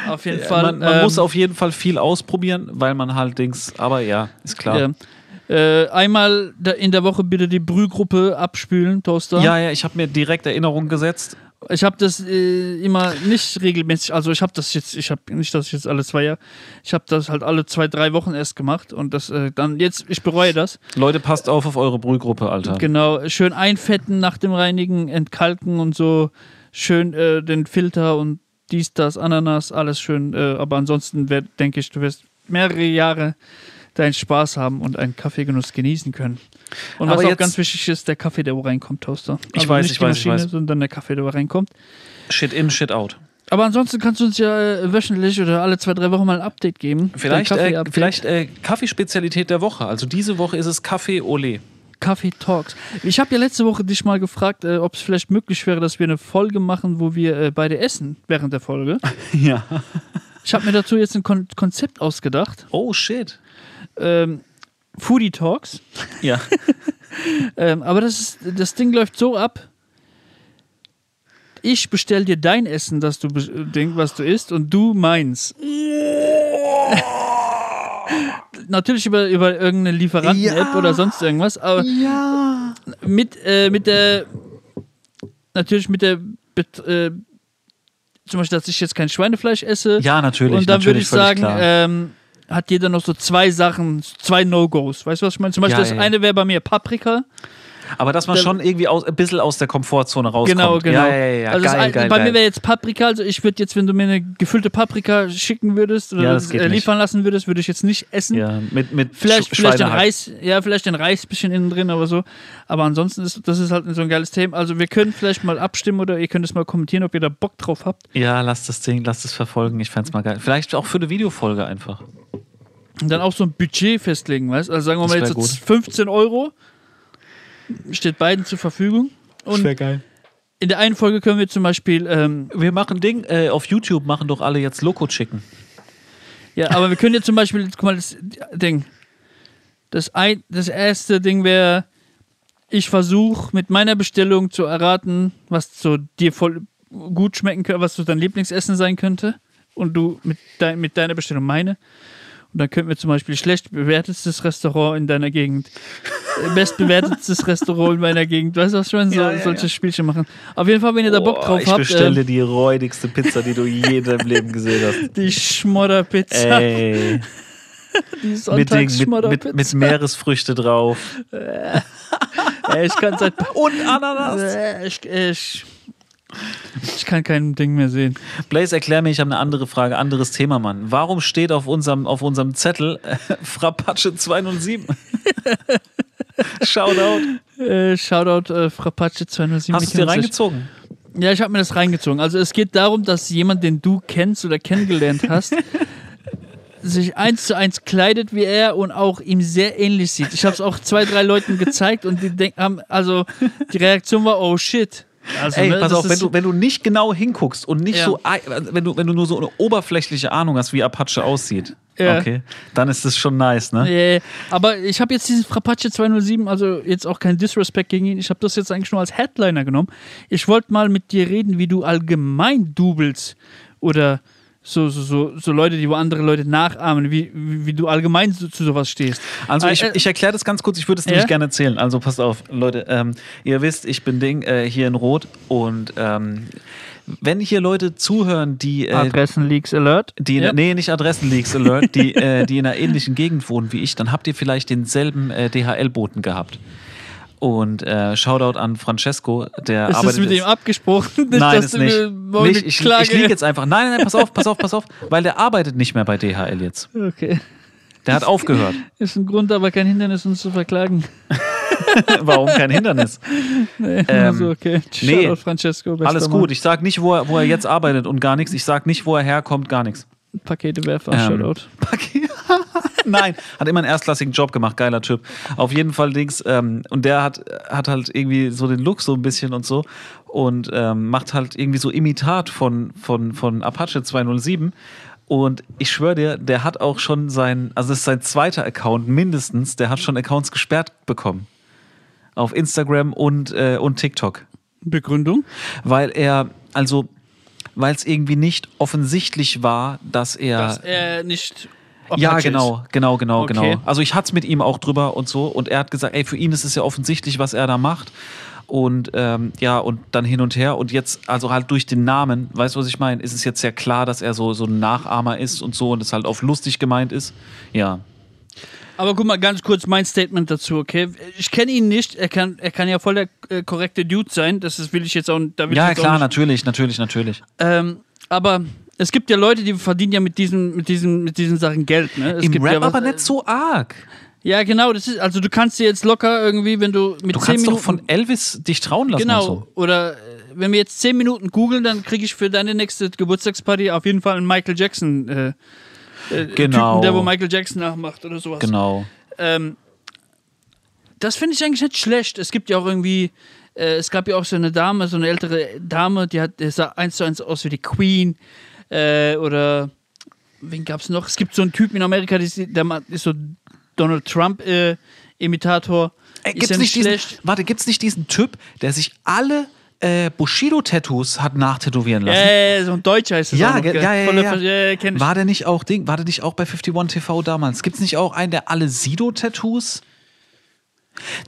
S1: Auf jeden Fall.
S2: Man, man
S1: ähm,
S2: muss auf jeden Fall viel ausprobieren, weil man halt Dings. Aber ja, ist klar. Ja,
S1: ja. Äh, einmal da- in der Woche bitte die Brühgruppe abspülen, Toaster.
S2: ja, ich habe mir direkt Erinnerung gesetzt.
S1: Ich habe das äh, immer nicht regelmäßig, also ich habe das jetzt, ich habe nicht, dass ich jetzt alle zwei Jahre, ich habe das halt alle zwei, drei Wochen erst gemacht und das äh, dann jetzt, ich bereue das.
S2: Leute, passt auf auf eure Brühgruppe, Alter.
S1: Genau, schön einfetten nach dem Reinigen, entkalken und so. Schön äh, den Filter und dies, das, Ananas, alles schön. Äh, aber ansonsten wär- denke ich, du wirst mehrere Jahre deinen Spaß haben und einen Kaffeegenuss genießen können. Und
S2: Aber
S1: was auch
S2: jetzt-
S1: ganz wichtig ist, der Kaffee, der wo reinkommt, Toaster. Also
S2: Ich weiß,
S1: nicht
S2: ich
S1: die
S2: weiß, ich
S1: Maschine,
S2: weiß.
S1: sondern der Kaffee, der wo reinkommt.
S2: Shit in, shit out.
S1: Aber ansonsten kannst du uns ja äh, wöchentlich oder alle zwei, drei Wochen mal ein Update geben.
S2: Vielleicht,
S1: Dein
S2: äh,
S1: Kaffee-Update.
S2: vielleicht äh, Kaffeespezialität der Woche. Also diese Woche ist es Kaffee Olé.
S1: Kaffee Talks. Ich habe ja letzte Woche dich mal gefragt, äh, ob es vielleicht möglich wäre, dass wir eine Folge machen, wo wir äh, beide essen während der Folge.
S2: Ja.
S1: Ich habe mir dazu jetzt ein Kon Konzept ausgedacht.
S2: Oh shit.
S1: Ähm, Foodie Talks.
S2: Ja.
S1: Ähm, aber das, ist, das Ding läuft so ab. Ich bestell dir dein Essen, das du be- äh, Ding, was du isst, und du meins. natürlich über, über irgendeine Lieferanten-App
S2: Ja.
S1: oder sonst irgendwas, aber
S2: Ja.
S1: mit, äh, mit der, natürlich mit der, Bet- äh, zum Beispiel, dass ich jetzt kein Schweinefleisch esse.
S2: Ja, natürlich.
S1: Und dann würde
S2: natürlich,
S1: ich sagen,
S2: völlig klar.
S1: ähm, hat jeder noch so zwei Sachen, zwei No-Gos. Weißt du, was ich meine? Zum Beispiel
S2: Ja,
S1: das
S2: ja.
S1: eine wäre bei mir Paprika.
S2: aber dass man
S1: da-
S2: schon irgendwie aus, ein bisschen aus der Komfortzone rauskommt.
S1: Genau, genau.
S2: Ja, ja, ja. ja.
S1: Also das
S2: geil,
S1: eine-
S2: geil,
S1: bei
S2: geil.
S1: mir wäre jetzt Paprika, also ich würde jetzt, wenn du mir eine gefüllte Paprika schicken würdest oder
S2: Ja, das geht
S1: äh,
S2: nicht.
S1: liefern lassen würdest, würde ich jetzt nicht essen.
S2: ja, mit, mit
S1: Vielleicht,
S2: Sch- halt.
S1: vielleicht den
S2: Schweinehack.
S1: Reis, ja, vielleicht den Reis ein bisschen innen drin, aber so. Aber ansonsten ist das ist halt so ein geiles Thema. Also wir können vielleicht mal abstimmen oder ihr könnt es mal kommentieren, ob ihr da Bock drauf habt.
S2: Ja, lass das Ding, lass das verfolgen. Ich fand's mal geil. Vielleicht auch für eine Videofolge einfach.
S1: Und dann auch so ein Budget festlegen, weißt Also sagen wir
S2: Das
S1: mal
S2: wär
S1: jetzt so
S2: gut.
S1: 15 Euro steht beiden zur Verfügung. Und
S2: geil.
S1: in der einen Folge können wir zum Beispiel, ähm,
S2: Wir machen Ding, äh, auf YouTube machen doch alle jetzt Loco Chicken.
S1: ja, aber wir können jetzt zum Beispiel, guck mal, das Ding. Das, ein, das erste Ding wäre, ich versuche mit meiner Bestellung zu erraten, was so dir voll gut schmecken könnte, was so dein Lieblingsessen sein könnte. Und du mit, dein, mit deiner Bestellung meine. Und dann könnten wir zum Beispiel schlecht bewertetes Restaurant in deiner Gegend, äh, bestbewertetes Restaurant in meiner Gegend. Weißt du, was schon so,
S2: Ja, ja,
S1: solche
S2: ja.
S1: Spielchen machen. Auf jeden Fall, wenn ihr da Bock
S2: Boah,
S1: drauf
S2: ich
S1: habt,
S2: bestelle
S1: äh,
S2: die räudigste Pizza, die du je in deinem Leben gesehen hast.
S1: die Schmodderpizza.
S2: Ey,
S1: Die
S2: mit, Ding, mit,
S1: Sonntagsschmodderpizza.
S2: mit, mit Meeresfrüchte drauf.
S1: Ey, ich kann seit.
S2: Und Ananas.
S1: Äh, Ich, ich, ich kann kein Ding mehr sehen.
S2: Blaze, erklär mir, ich habe eine andere Frage, anderes Thema, Mann. Warum steht auf unserem, auf unserem Zettel äh, Frappatsche 207? Shoutout.
S1: Äh, Shoutout äh, Frappace 207.
S2: Hast du dir reingezogen?
S1: Ja, ich habe mir das reingezogen. Also es geht darum, dass jemand, den du kennst oder kennengelernt hast, sich eins zu eins kleidet wie er und auch ihm sehr ähnlich sieht. Ich habe es auch zwei, drei Leuten gezeigt und die denk, haben, also die Reaktion war, oh shit. Also,
S2: Ey,
S1: ne,
S2: pass
S1: das
S2: auf,
S1: ist-
S2: wenn du, wenn du nicht genau hinguckst und nicht
S1: Ja.
S2: so, ei- wenn du, wenn du nur so eine oberflächliche Ahnung hast, wie Apache aussieht,
S1: Ja.
S2: okay, dann ist das schon nice, ne?
S1: Äh, aber ich habe jetzt diesen Frappace 207, also jetzt auch kein Disrespect gegen ihn. Ich habe das jetzt eigentlich nur als Headliner genommen. Ich wollte mal mit dir reden, wie du allgemein dubelst oder so, so, so, so Leute, die wo andere Leute nachahmen, wie, wie, wie du allgemein so, zu sowas stehst.
S2: Also ich,
S1: Äh, äh,
S2: ich erkläre das ganz kurz, ich würde es
S1: Ja?
S2: nämlich gerne erzählen. Also passt auf, Leute, ähm, ihr wisst, ich bin Ding äh, hier in Rot und ähm, wenn hier Leute zuhören, die
S1: Ah,
S2: äh,
S1: Adressenleaks Alert.
S2: die in,
S1: ja.
S2: nee, nicht Adressenleaks Alert, die, äh, die in einer ähnlichen Gegend wohnen wie ich, dann habt ihr vielleicht denselben äh, DHL-Boten gehabt. Und äh, Shoutout an Francesco,
S1: Ist
S2: der
S1: das
S2: arbeitet
S1: mit
S2: jetzt-
S1: dem abgesprochen?
S2: Nein,
S1: dass
S2: ist
S1: du
S2: nicht.
S1: mir morgen
S2: nicht
S1: eine
S2: ich
S1: Klage-
S2: ich liege jetzt einfach. Nein, nein, pass auf, pass auf, pass auf, weil der arbeitet nicht mehr bei DHL jetzt.
S1: Okay.
S2: Der hat aufgehört.
S1: Ist ein Grund, aber kein Hindernis, uns zu verklagen.
S2: Warum kein Hindernis? Ähm,
S1: also, okay.
S2: nee.
S1: Shoutout Francesco. bester
S2: Alles
S1: Mann.
S2: gut. Ich sag nicht, wo er, wo er jetzt arbeitet und gar nichts. Ich sag nicht, wo er herkommt, gar nichts.
S1: Paketewerfer.
S2: Ähm,
S1: Shoutout.
S2: Paket- Nein, hat immer einen erstklassigen Job gemacht, geiler Typ. Auf jeden Fall Dings, ähm, und der hat, hat halt irgendwie so den Look so ein bisschen und so und ähm, macht halt irgendwie so Imitat von, von, von Apache 207. Und ich schwöre dir, der hat auch schon sein, also das ist sein zweiter Account mindestens, der hat schon Accounts gesperrt bekommen. Auf Instagram und, äh, und TikTok
S1: Begründung?
S2: weil er, also, weil es irgendwie nicht offensichtlich war, dass er.
S1: Dass er nicht.
S2: ja,
S1: Apache
S2: genau, genau, genau,
S1: Okay.
S2: genau. Also ich hatte es mit ihm auch drüber und so und er hat gesagt, ey, für ihn ist es ja offensichtlich, was er da macht. Und ähm, ja, und dann hin und her. Und jetzt, also halt durch den Namen, weißt du, was ich meine? Ist es jetzt sehr klar, dass er so, so ein Nachahmer ist und so und es halt auf lustig gemeint ist. Ja.
S1: ist. Aber guck mal, ganz kurz mein Statement dazu, okay? Ich kenne ihn nicht. Er kann, er kann ja voll der äh, korrekte Dude sein. Das ist, will ich jetzt auch. Da will
S2: Ja,
S1: ich jetzt
S2: klar,
S1: Auch nicht,
S2: natürlich, natürlich, natürlich.
S1: ähm, aber es gibt ja Leute, die verdienen ja mit diesen, mit diesen, mit diesen Sachen Geld. Ne? Es
S2: Im
S1: gibt
S2: Rap
S1: ja was-
S2: aber nicht so arg.
S1: Ja, genau. Das ist, also du kannst dir jetzt locker irgendwie, wenn du mit
S2: Du
S1: 10
S2: kannst
S1: Minuten
S2: doch von Elvis dich trauen lassen.
S1: Genau.
S2: Und so.
S1: Oder äh, wenn wir jetzt 10 Minuten googeln, dann kriege ich für deine nächste Geburtstagsparty auf jeden Fall einen Michael Jackson. Äh, äh,
S2: Genau.
S1: Typen, der wo Michael Jackson nachmacht oder sowas.
S2: Genau.
S1: Ähm, das finde ich eigentlich nicht schlecht. Es gibt ja auch irgendwie, äh, es gab ja auch so eine Dame, so eine ältere Dame, die hat, der sah eins zu eins aus wie die Queen. Äh, oder wen gab es noch? Es gibt so einen Typen in Amerika, die, ist- der ma- ist so Donald Trump äh, Imitator. Ist
S2: Ey, Äh, gibt's
S1: ja
S2: nicht
S1: schlecht.
S2: diesen, warte, gibt's nicht diesen Typ, der sich alle äh, Bushido-Tattoos hat nachtätowieren lassen.
S1: Äh, so ein Deutscher heißt das.
S2: Ja,
S1: auch noch,
S2: ge-
S1: gell?
S2: ja, ja,
S1: Voll der
S2: ja,
S1: Ver-
S2: ja.
S1: äh, kenn ich.
S2: War der nicht auch Ding? War der nicht auch bei 51 TV damals? Gibt's nicht auch einen, der alle Sido-Tattoos?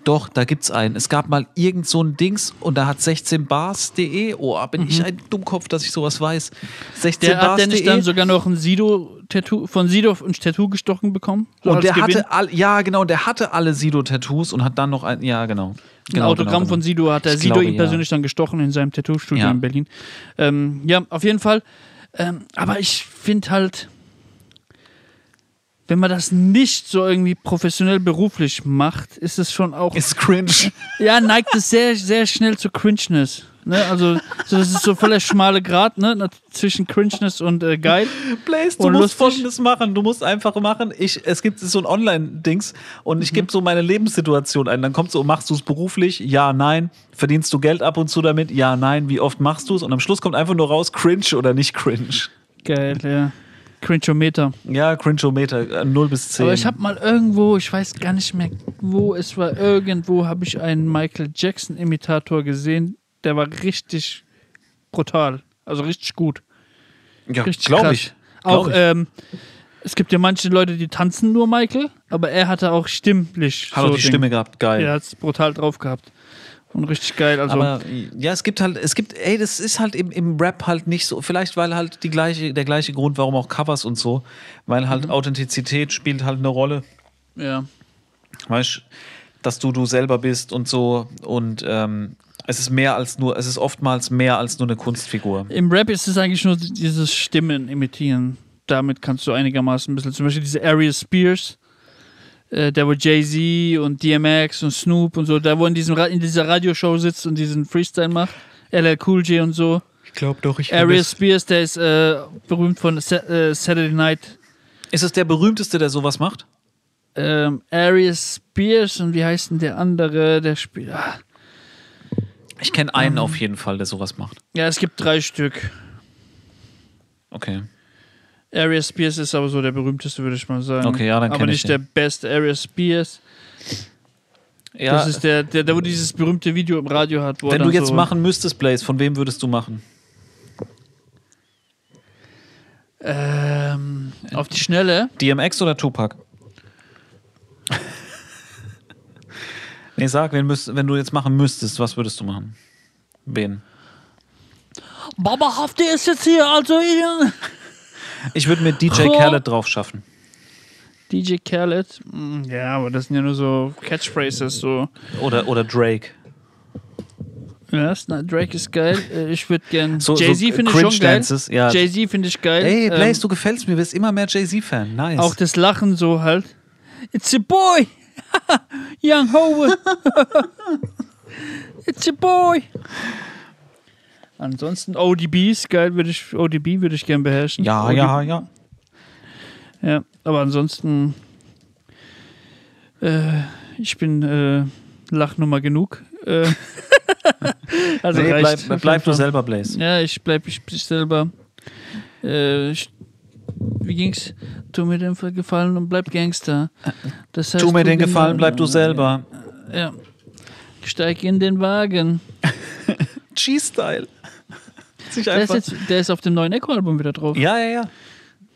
S2: Doch, da gibt's einen. Es gab mal irgend so ein Dings und da hat 16bars.de. Oh, bin ich ein Dummkopf, dass ich sowas weiß. 16
S1: Mhm. Der hat der nicht dann
S2: bars.de.
S1: sogar noch ein Sido-Tattoo, von Sido ein Tattoo gestochen bekommen? So
S2: Und
S1: als
S2: der
S1: Gewinn?
S2: hatte all, ja genau, der hatte alle Sido-Tattoos und hat dann noch ein, ja genau,
S1: ein
S2: genau
S1: Autogramm
S2: genau, genau.
S1: von Sido hat der
S2: Ich
S1: Sido
S2: glaube,
S1: ihn
S2: ja.
S1: persönlich dann gestochen in seinem Tattoo-Studio
S2: Ja.
S1: in Berlin. Ähm, ja, auf jeden Fall. Ähm, aber ich finde halt, wenn man das nicht so irgendwie professionell beruflich macht, ist es schon auch
S2: Ist cringe.
S1: ja, neigt es sehr, sehr schnell zu Cringeness. Ne? Also, so, das ist so voll der schmale Grad ne? Na- zwischen Cringeness und äh, geil.
S2: Blaze, du
S1: Und
S2: musst
S1: lustig.
S2: folgendes machen. Du musst einfach machen, ich, es gibt so ein Online-Dings und
S1: Mhm.
S2: ich gebe so meine Lebenssituation ein. Dann kommt so, machst du es beruflich? Ja, nein. Verdienst du Geld ab und zu damit? Ja, nein. Wie oft machst du es? Und am Schluss kommt einfach nur raus, cringe oder nicht cringe.
S1: Geil, ja. Cringeometer.
S2: Ja, Cringeometer, äh, 0 bis 10.
S1: Aber ich habe mal irgendwo, ich weiß gar nicht mehr, wo es war, irgendwo habe ich einen Michael Jackson-Imitator gesehen, der war richtig brutal. Also richtig gut.
S2: ja,
S1: Richtig
S2: glaub
S1: krass.
S2: ich. Glaub
S1: Auch,
S2: ich.
S1: ähm, es gibt ja manche Leute, die tanzen nur Michael, aber er hatte auch stimmlich.
S2: Hat
S1: so
S2: auch die
S1: Ding.
S2: Stimme gehabt, geil.
S1: Er hat es brutal drauf gehabt. Und richtig geil. Also,
S2: Aber ja, es gibt halt, es gibt, ey, das ist halt im, im Rap halt nicht so, vielleicht weil halt die gleiche, der gleiche Grund, warum auch Covers und so, weil
S1: Mhm.
S2: halt Authentizität spielt halt eine Rolle.
S1: ja.
S2: weißt, dass du du selber bist und so und ähm, es ist mehr als nur, es ist oftmals mehr als nur eine Kunstfigur.
S1: Im Rap ist es eigentlich nur dieses Stimmen imitieren. Damit kannst du einigermaßen ein bisschen, zum Beispiel diese Arias Spears, äh, der wo Jay-Z und DMX und Snoop und so, da wo in, diesem Ra in dieser Radioshow sitzt und diesen Freestyle macht, LL Cool J und so.
S2: Ich glaube doch, ich
S1: Arias Spears, der ist äh, berühmt von Sa äh, Saturday Night.
S2: Ist es der berühmteste, der sowas macht?
S1: Ähm, Arias Spears und wie heißt denn der andere, der spielt. Ah.
S2: Ich kenne einen
S1: Ähm.
S2: auf jeden Fall, der sowas macht.
S1: Ja, es gibt drei Stück.
S2: Okay.
S1: Arias Spears ist aber so der berühmteste, würde ich mal sagen.
S2: Okay, ja, dann
S1: Aber
S2: kenn ich
S1: nicht
S2: den.
S1: der beste Arias Spears.
S2: Ja,
S1: das ist der, der, der, wo dieses berühmte Video im Radio hat. Wo er
S2: wenn
S1: dann
S2: du jetzt
S1: so,
S2: machen müsstest, Blaze, von wem würdest du machen?
S1: Ähm, auf die Schnelle.
S2: DMX oder Tupac? nee, sag, wen müsst, wenn du jetzt machen müsstest, was würdest du machen? Wen?
S1: Baba Hafti ist jetzt hier, also ihr.
S2: Ich würde mir DJ
S1: Oh.
S2: Khaled drauf schaffen.
S1: DJ Khaled. Mm, Ja, aber das sind ja nur so Catchphrases. So.
S2: Oder, oder Drake.
S1: Ja, ist- na, Drake ist geil. Äh, Ich würde gern.
S2: So- so
S1: Jay-Z finde ich schon geil.
S2: Cringe-Dances, ja.
S1: Jay-Z finde ich geil.
S2: Ey, Blaze,
S1: Ähm,
S2: du gefällst mir, wirst immer mehr Jay-Z-Fan. Nice.
S1: auch das Lachen so halt. It's a boy! Young Howard! It's a boy! Ansonsten ODB ist geil, würde ich, ODB würde ich gern beherrschen.
S2: ja,
S1: ODB.
S2: ja, ja.
S1: Ja, aber ansonsten, äh, ich bin äh, Lachnummer genug. Äh, also
S2: Nee,
S1: reicht.
S2: bleib, bleib du selber, Blaze.
S1: Ja, ich bleib ich bin selber. Äh, ich, wie ging's? Tu mir den Gefallen und bleib Gangster. Das heißt,
S2: Tu mir den Gefallen, bleib du selber.
S1: Ja. Steig in den Wagen.
S2: G-Style. Sich
S1: Der ist,
S2: einfach.
S1: jetzt, der ist auf dem neuen Echo-Album wieder drauf.
S2: Ja, ja, ja.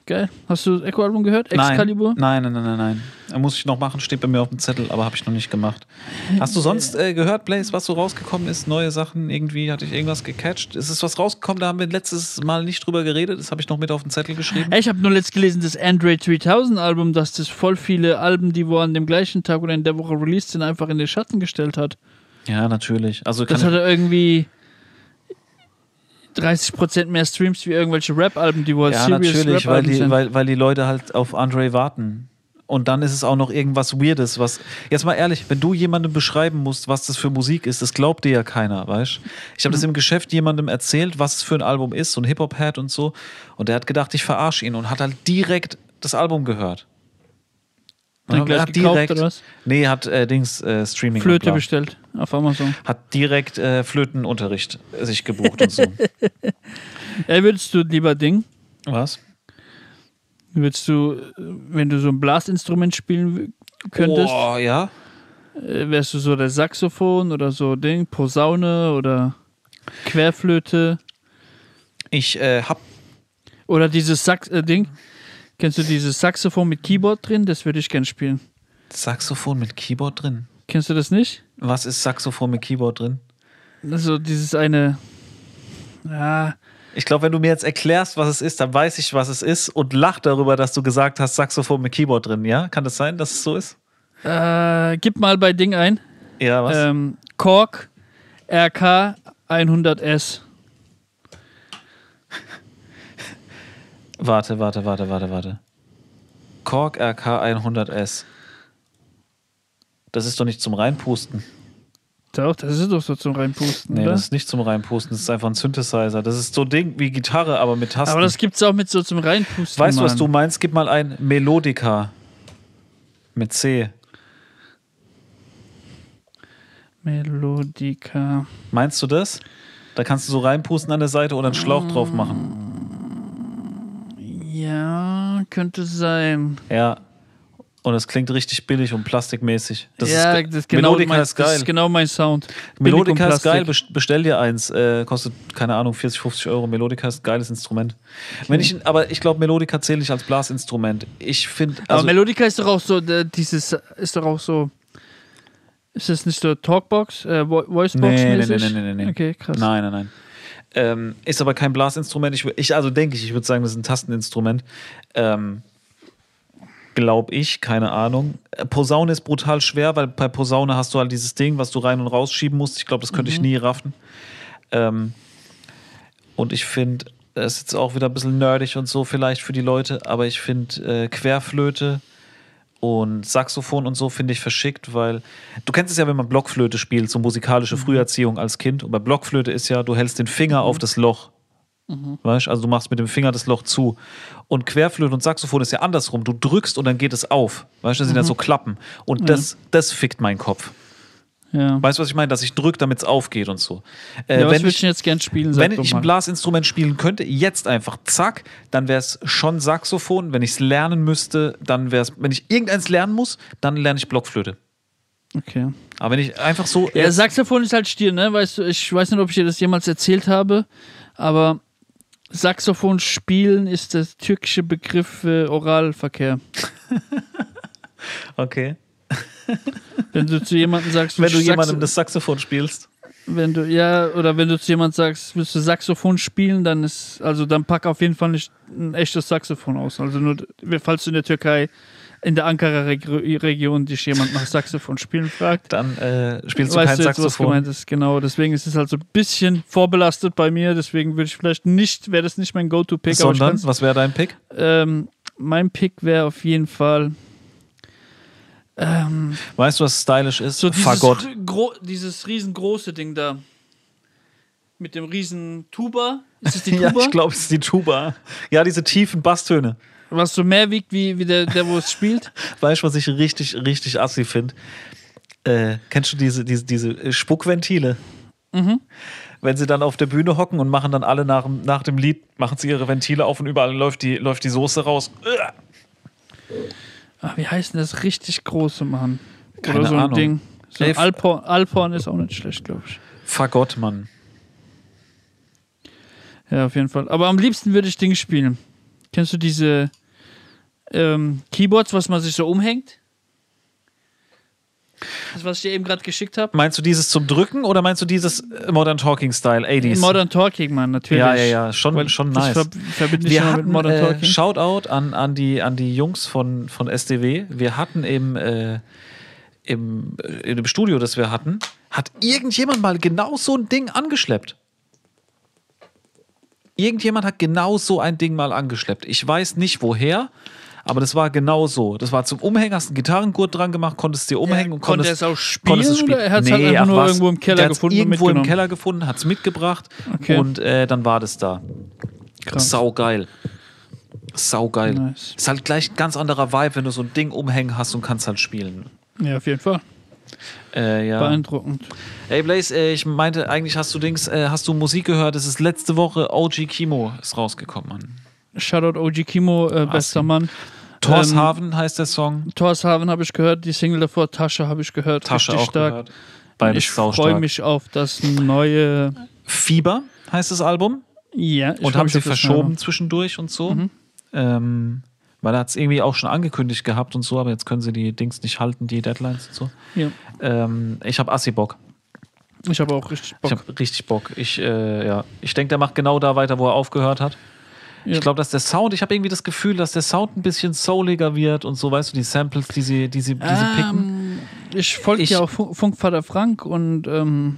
S1: Geil. Hast du das Echo-Album gehört? Excalibur?
S2: Nein, nein, nein, nein, nein. Äh, Muss ich noch machen, steht bei mir auf dem Zettel, aber habe ich noch nicht gemacht. Hast du sonst äh, gehört, Blaze, was so rausgekommen ist? Neue Sachen irgendwie? Hatte ich irgendwas gecatcht? Ist es was rausgekommen? Da haben wir letztes Mal nicht drüber geredet. Das habe ich noch mit auf den Zettel geschrieben.
S1: Ey, Ich habe nur letzt gelesen, das Android 3000 Album, dass das voll viele Alben, die wo an dem gleichen Tag oder in der Woche released sind, einfach in den Schatten gestellt hat.
S2: Ja, natürlich. Also kann
S1: Das hatte irgendwie 30% mehr Streams wie irgendwelche Rap-Alben, die wo als
S2: Ja,
S1: Serious
S2: natürlich, weil
S1: Rap-Alben
S2: die,
S1: sind.
S2: weil, weil die Leute halt auf Andre warten. Und dann ist es auch noch irgendwas Weirdes, was. Jetzt mal ehrlich, wenn du jemandem beschreiben musst, was das für Musik ist, das glaubt dir ja keiner, weißt Ich
S1: Mhm.
S2: habe das im Geschäft jemandem erzählt, was es für ein Album ist, so ein Hip-Hop-Hat und so. Und der hat gedacht, ich verarsche ihn und hat halt direkt das Album gehört.
S1: Dann
S2: Ja,
S1: gleich
S2: hat
S1: gekauft, oder was?
S2: Nee, hat äh, Dings äh, Streaming. und
S1: Flöte
S2: bla.
S1: bestellt auf Amazon.
S2: Hat direkt äh, Flötenunterricht äh, sich gebucht und so.
S1: Ey, würdest du lieber Ding,
S2: Was?
S1: würdest du, äh, wenn du so ein Blasinstrument spielen w- könntest,
S2: Oh, ja.
S1: äh, wärst du so der Saxophon oder so Ding, Posaune oder Querflöte
S3: Ich äh, hab
S1: oder dieses Sax-Ding. Kennst du dieses Saxophon mit Keyboard drin? Das würde ich gern spielen.
S2: Saxophon mit Keyboard drin.
S1: Kennst du das nicht?
S2: Was ist Saxophon mit Keyboard drin?
S1: Also dieses eine. Ja,
S2: Ich glaube, wenn du mir jetzt erklärst, was es ist, dann weiß ich, was es ist und lach darüber, dass du gesagt hast, Saxophon mit Keyboard drin. Ja, kann das sein, dass es so ist?
S1: äh, gib mal bei Ding ein.
S2: Ja, was?
S1: Ähm, Korg RK 100S.
S2: Warte, warte, warte, warte, warte. Korg RK 100S. Das ist doch nicht zum Reinpusten.
S1: Doch, das ist doch so zum Reinpusten,
S2: Nee,
S1: oder?
S2: das ist nicht zum Reinpusten. Das ist einfach ein Synthesizer. Das ist so ein Ding wie Gitarre, aber mit Tasten.
S1: Aber das gibt's auch mit so zum Reinpusten.
S2: weißt du, was du
S1: Mann.
S2: meinst? Gib mal ein Melodica. Mit C.
S1: Melodica.
S2: Meinst du das? Da kannst du so reinpusten an der Seite oder einen
S1: Mm.
S2: Schlauch drauf machen.
S1: Ja, könnte sein.
S2: Ja. Und das klingt richtig billig und plastikmäßig. Das
S1: ja,
S2: ist, ge-
S1: das ist genau
S2: Melodica
S1: mein,
S2: ist geil.
S1: Das ist genau mein Sound.
S2: Melodica ist geil,
S1: Billig und Plastik.
S2: best- bestell dir eins. Äh, kostet, keine Ahnung, 40, 50 Euro. Melodica ist ein geiles Instrument. Wenn ich, aber ich glaube, Melodica zähle ich als Blasinstrument. Ich finde,
S1: Aber
S2: also,
S1: Melodica ist doch auch so, äh, dieses, ist doch auch so. Ist das nicht so Talkbox, äh, Vo- Voicebox?
S2: Nee, nee, nee,
S1: mäßig?
S2: nee, nee, nee.
S1: Okay, krass.
S2: Nein, nein, nein. Ähm, ist aber kein Blasinstrument. Ich, wür- ich also denke ich, ich würde sagen, das ist ein Tasteninstrument. Ähm, Glaube ich, keine Ahnung. Äh, Posaune ist brutal schwer, weil bei Posaune hast du halt dieses Ding, was du rein und rausschieben musst. Ich glaube, das könnte
S1: Mhm.
S2: ich nie raffen. Ähm, und ich finde, es ist jetzt auch wieder ein bisschen nerdig und so vielleicht für die Leute, aber ich finde äh, Querflöte und Saxophon und so finde ich verschickt, weil du kennst es ja, wenn man Blockflöte spielt, so musikalische
S1: Mhm.
S2: Früherziehung als Kind. Und bei Blockflöte ist ja, du hältst den Finger auf das Loch.
S1: Mhm.
S2: Weißt also du machst mit dem Finger das Loch zu. Und Querflöte und Saxophon ist ja andersrum. Du drückst und dann geht es auf. Weißt du, das sind
S1: Mhm.
S2: ja so Klappen. Und das, das fickt meinen Kopf.
S1: Ja.
S2: Weißt du, was ich meine? Dass ich drücke, damit es aufgeht und so. Äh,
S1: ja, was
S2: wenn
S1: würdest
S2: ich,
S1: du denn jetzt gern spielen? sag
S2: wenn
S1: doch
S2: ich
S1: mal.
S2: ein Blasinstrument spielen könnte, jetzt einfach zack, dann wäre es schon Saxophon. Wenn ich es lernen müsste, dann wäre es, wenn ich irgendeins lernen muss, dann lerne ich Blockflöte.
S1: Okay.
S2: Aber wenn ich einfach so.
S1: Ja, Saxophon ist halt Stil, ne? Weißt du, ich weiß nicht, ob ich dir das jemals erzählt habe, aber Saxophon spielen ist der türkische Begriff für Oralverkehr.
S2: okay.
S1: Wenn du zu jemandem sagst,
S2: Wenn du
S1: willst
S2: jemandem
S1: Saxo-
S2: das Saxophon spielst.
S1: wenn du ja oder wenn du zu jemandem sagst, willst du Saxophon spielen, dann ist also dann pack auf jeden Fall nicht ein echtes Saxophon aus. Also nur falls du in der Türkei in der Ankara -Reg Region dich jemand nach Saxophon spielen fragt,
S2: Dann äh, spielst du
S1: weißt
S2: kein
S1: du jetzt, was
S2: Saxophon.
S1: gemeint ist, genau. Deswegen ist es halt so ein bisschen vorbelastet bei mir. Deswegen würde ich vielleicht nicht, wäre das nicht mein Go-To-Pick. aber ich
S2: Sondern,
S1: kann's-
S2: was wäre dein Pick?
S1: ähm, mein Pick wäre auf jeden Fall ähm,
S2: Weißt du, was stylisch ist?
S1: so dieses,
S2: Fagott.
S1: r- gro- dieses riesengroße Ding da. Mit dem riesen Tuba. Ist es die
S2: Ja,
S1: Tuba?
S2: ich glaube, es ist die Tuba. Ja, diese tiefen Basstöne.
S1: was so mehr wiegt, wie, wie der, der wo es spielt.
S2: Weißt du, was ich richtig, richtig assi finde? Äh, kennst du diese, diese, diese Spuckventile? Wenn sie dann auf der Bühne hocken und machen dann alle nach, dem- nach dem Lied, machen sie ihre Ventile auf und überall läuft die, läuft die Soße raus. Uah.
S1: Ah, wie heißt denn das richtig große, Mann?
S2: Keine
S1: Oder so ein
S2: Ahnung.
S1: Ding. So ein
S2: Ey, f-
S1: Alphorn, Alphorn ist auch nicht schlecht, glaube ich.
S2: Fagott, Mann.
S1: Ja, auf jeden Fall. Aber am liebsten würde ich Ding spielen. Kennst du diese ähm, Keyboards, was man sich so umhängt? Das, was ich dir eben gerade geschickt habe?
S2: Meinst du dieses zum Drücken oder meinst du dieses äh, Modern Talking Style, 80s?
S1: Modern Talking, Mann, natürlich.
S2: ja, ja, ja, schon,
S1: Weil
S2: schon
S1: das
S2: nice.
S1: Ver verbinde ich
S2: wir
S1: immer
S2: hatten,
S1: mit Modern
S2: äh,
S1: Talking.
S2: Shoutout an, an, die, an die Jungs von, von SDW. Wir hatten im, äh, im, äh, in dem Studio, das wir hatten, hat irgendjemand mal genau so ein Ding angeschleppt. Irgendjemand hat genau so ein Ding mal angeschleppt. Ich weiß nicht woher, aber das war genau so. Das war zum Umhängen, hast einen Gitarrengurt dran gemacht, konntest es dir umhängen und
S1: konnte
S2: konntest
S1: er es auch spielen oder er hat's halt
S2: Nee,
S1: einfach
S2: ach
S1: nur
S2: was.
S1: irgendwo im Keller
S2: Der hat's
S1: gefunden und
S2: Irgendwo im
S1: mitgenommen?
S2: Keller gefunden, hat es mitgebracht
S1: Okay.
S2: und äh, dann war das da.
S1: Krass.
S2: Saugeil. Saugeil.
S1: Nice.
S2: Ist halt gleich ein ganz anderer Vibe, wenn du so ein Ding umhängen hast und kannst halt spielen.
S1: Ja, auf jeden Fall.
S2: Äh, ja.
S1: Beeindruckend.
S2: Ey, Blaze, äh, ich meinte, eigentlich hast du Dings, äh, hast du Musik gehört? Es ist letzte Woche OG Kimo ist rausgekommen, Mann.
S1: Shoutout OG Kimo, äh, bester Mann. Ähm,
S2: Torshaven heißt der Song.
S1: Torshaven habe ich gehört, die Single davor, Tasche habe ich gehört.
S2: Tasche
S1: richtig
S2: auch
S1: stark.
S2: gehört. Beides
S1: ich freue mich auf das neue
S2: Fieber heißt das Album.
S1: Ja, ich
S2: und
S1: freu
S2: haben
S1: mich
S2: sie
S1: auf das
S2: verschoben zwischendurch und so.
S1: Mhm.
S2: Ähm, weil er hat es irgendwie auch schon angekündigt gehabt und so, aber jetzt können sie die Dings nicht halten, die Deadlines und so.
S1: Ja.
S2: Ähm, ich habe Assi Bock.
S1: Ich habe auch richtig Bock.
S2: Ich habe richtig Bock. Ich, äh, ja. ich denke, der macht genau da weiter, wo er aufgehört hat.
S1: Ja.
S2: Ich glaube, dass der Sound, ich habe irgendwie das Gefühl, dass der Sound ein bisschen souliger wird und so, weißt du, die Samples, die sie, die sie, die sie picken.
S1: Ähm, ich folge
S2: Ich-
S1: ja auch Funk- Funkvater Frank und ähm,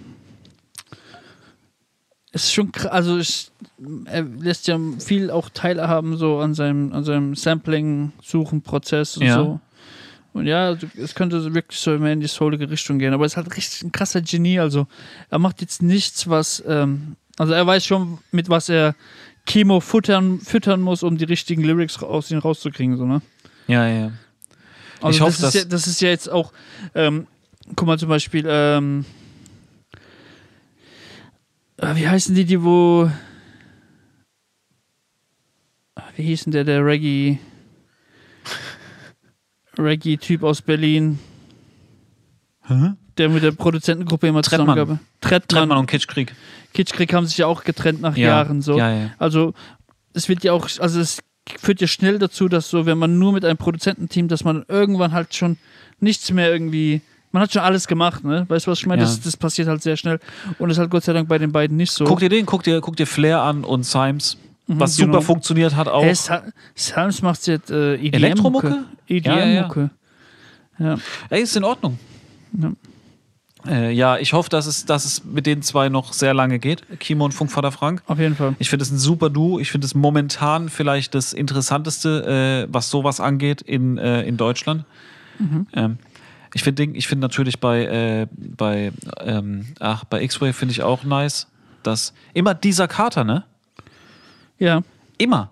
S1: es ist schon krass, also ich, er lässt ja viel auch teilhaben so an seinem, an seinem Sampling-Suchen-Prozess und
S2: Ja.
S1: so. Und ja, also es könnte so wirklich so mehr in die soulige Richtung gehen, aber es ist halt richtig ein krasser Genie, also er macht jetzt nichts, was, ähm, also er weiß schon, mit was er Chemo füttern, füttern muss, um die richtigen Lyrics ra- aus ihm rauszukriegen, so, ne?
S2: Ja, ja.
S1: Also
S2: Ich hoffe,
S1: das
S2: dass-
S1: ist ja, das ist ja jetzt auch, ähm, guck mal zum Beispiel, ähm, äh, wie heißen die, die wo, Ah, wie hieß denn der, der Reggae, Reggae-Typ aus Berlin,
S2: Hä?
S1: der mit der Produzentengruppe immer
S2: Trettmann.
S1: zusammengearbeitet Trettmann.
S2: Trettmann
S1: Trettmann.
S2: und Kitschkrieg.
S1: Kitschkrieg haben sich ja auch getrennt nach
S2: Ja.
S1: Jahren so.
S2: Ja, ja.
S1: Also es wird ja auch, also es führt ja schnell dazu, dass so, wenn man nur mit einem Produzententeam, dass man irgendwann halt schon nichts mehr irgendwie, man hat schon alles gemacht, ne? Weißt du, was ich meine?
S2: Ja.
S1: Das, das passiert halt sehr schnell und ist halt Gott sei Dank bei den beiden nicht so.
S2: Guck dir den, guck dir, guck dir Flair an und Simes, was super
S1: genau.
S2: funktioniert hat auch.
S1: Hey, Sa- Salms macht jetzt äh, EDM-Mucke.
S2: Elektromucke?
S1: E
S2: Ja, ja, ja.
S1: EDM-Mucke.
S2: Ey, ist in Ordnung. Äh, ja, ich hoffe, dass es, dass es mit den zwei noch sehr lange geht. Kimo und Funkvater Frank.
S1: Auf jeden Fall.
S2: Ich finde es ein super Duo. Ich finde es momentan vielleicht das Interessanteste, äh, was sowas angeht in, äh, in Deutschland. Ähm, ich finde ich find natürlich bei, äh, bei, ähm, ach, bei X-Way finde ich auch nice, dass immer dieser Kater, ne?
S1: Ja.
S2: Immer.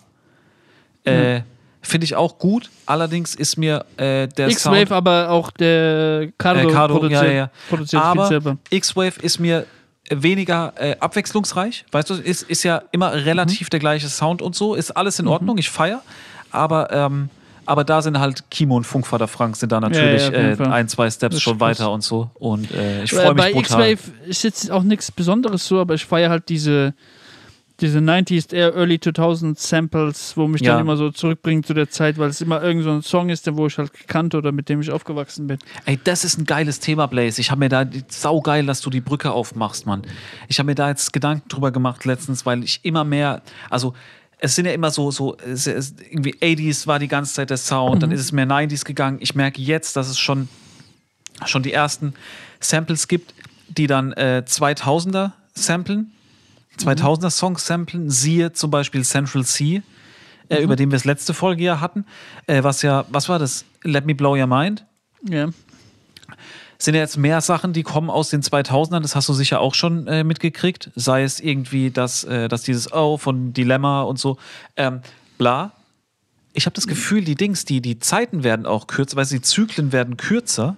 S2: Äh, Finde ich auch gut. Allerdings ist mir äh, der Sound
S1: X-Wave, aber auch der Cardo,
S2: äh, Cardo,
S1: produziert,
S2: ja, ja, ja.
S1: produziert viel
S2: Aber
S1: selber.
S2: X-Wave ist mir weniger äh, abwechslungsreich. Weißt du, ist, ist ja immer
S1: Mhm.
S2: relativ der gleiche Sound und so. Ist alles in Ordnung, ich feier. Aber, ähm, aber da sind halt Kimo und Funkvater Frank sind da natürlich
S1: ja, auf jeden
S2: äh,
S1: Fall.
S2: ein, zwei Steps
S1: Das
S2: schon
S1: ist
S2: weiter
S1: krass.
S2: und so. Und äh, ich
S1: Äh,
S2: freue mich
S1: bei
S2: brutal.
S1: X-Wave ist jetzt auch nichts Besonderes so, aber ich feiere halt diese, diese 90s, eher Early 2000 Samples, wo mich
S2: Ja.
S1: dann immer so zurückbringt zu der Zeit, weil es immer irgend so ein Song ist, der wo ich halt gekannt oder mit dem ich aufgewachsen bin.
S2: Ey, das ist ein geiles Thema, Blaze. Ich habe mir da saugeil, dass du die Brücke aufmachst, Mann. Ich habe mir da jetzt Gedanken drüber gemacht letztens, weil ich immer mehr, also es sind ja immer so, so es, es, irgendwie 80s war die ganze Zeit der Sound, dann ist es mehr 90s gegangen. Ich merke jetzt, dass es schon, schon die ersten Samples gibt, die dann äh, 2000er samplen, 2000er Songs samplen, siehe zum Beispiel Central Sea. Äh, Über den wir es letzte Folge ja hatten, äh, was ja, was war das? Let Me Blow Your Mind
S1: Ja.
S2: sind ja jetzt mehr Sachen, die kommen aus den 2000ern, das hast du sicher auch schon äh, mitgekriegt, sei es irgendwie, dass, äh, dass dieses Oh von Dilemma und so, ähm, bla. Ich habe das Gefühl, die Dings, die, die Zeiten werden auch kürzer, weil die Zyklen werden kürzer.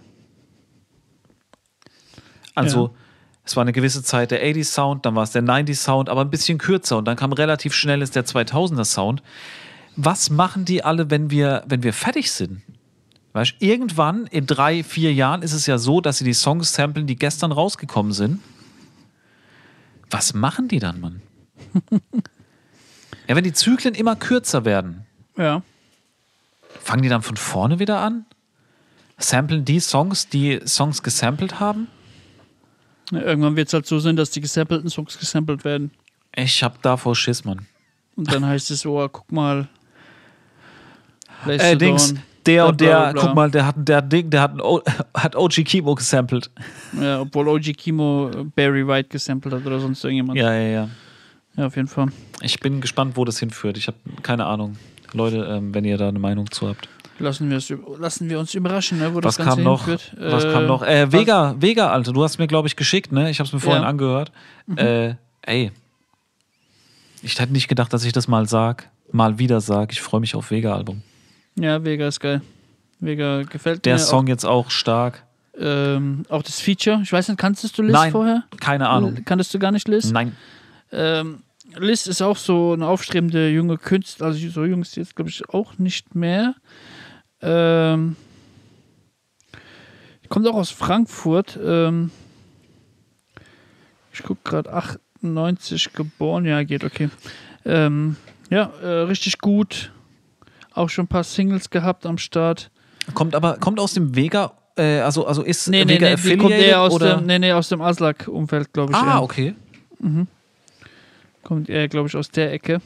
S2: Also, es war eine gewisse Zeit der 80s Sound, dann war es der 90s Sound, aber ein bisschen kürzer und dann kam relativ schnell ist der 2000er Sound. Was machen die alle, wenn wir, wenn wir fertig sind? Weißt, du, irgendwann in drei, vier Jahren ist es ja so, dass sie die Songs samplen, die gestern rausgekommen sind. Was machen die dann, Mann? ja, wenn die Zyklen immer kürzer werden,
S1: Ja.
S2: fangen die dann von vorne wieder an? Samplen die Songs, die Songs gesampelt haben?
S1: Ja, Irgendwann wird es halt so sein, dass die gesampelten Songs gesampelt werden.
S2: Ich hab davor Schiss, Mann.
S1: Und dann heißt es, oh, guck mal.
S2: Äh,
S1: Blaze the
S2: Dings,
S1: Dawn, bla,
S2: der und
S1: bla,
S2: der,
S1: bla.
S2: guck mal, der hat, der hat Ding, der hat, einen O- hat OG Kimo gesampelt.
S1: Ja, obwohl OG Kimo äh, Barry White gesampelt hat oder sonst irgendjemand.
S2: Ja, ja, ja.
S1: ja auf jeden Fall.
S2: Ich bin gespannt, wo das hinführt. Ich habe keine Ahnung. Leute, ähm, wenn ihr da eine Meinung zu habt.
S1: Lassen wir, es, üb- lassen wir uns überraschen, ne, wo das
S2: Was
S1: Ganze
S2: kam noch?
S1: hinführt.
S2: was kam noch? Äh, Vega, Vega, Alter, du hast mir, glaube ich, geschickt, ne? Ich habe es mir vorhin
S1: Ja. Mhm.
S2: angehört. Äh, ey. Ich hätte nicht gedacht, dass ich das mal sag, mal wieder sag. Ich freue mich auf Vega-Album.
S1: Ja, Vega ist geil. Vega gefällt
S2: Der
S1: mir.
S2: Song jetzt auch stark.
S1: Auch, ähm, auch das Feature. Ich weiß nicht, kanntest du Liz
S2: Nein,
S1: vorher?
S2: keine Ahnung.
S1: Kanntest du gar nicht Liz?
S2: Nein.
S1: Ähm, Liz ist auch so eine aufstrebende junge Künstler. Also so jung ist sie jetzt, glaube ich, auch nicht mehr. Ähm, kommt auch aus Frankfurt. Ähm, ich gucke gerade, ach, 98 geboren, ja, geht, okay. Ähm, ja, äh, richtig gut. Auch schon ein paar Singles gehabt am Start.
S3: Kommt aber, kommt aus dem Vega, äh, also, also ist
S1: Nee, nee,
S3: Vega
S1: nee, die
S3: affiliated
S1: kommt eher aus
S3: oder?
S1: dem, nee, nee, aus dem Aslak-Umfeld, glaube ich.
S3: ah,
S1: eher.
S3: okay.
S1: Kommt eher, glaube ich, aus der Ecke.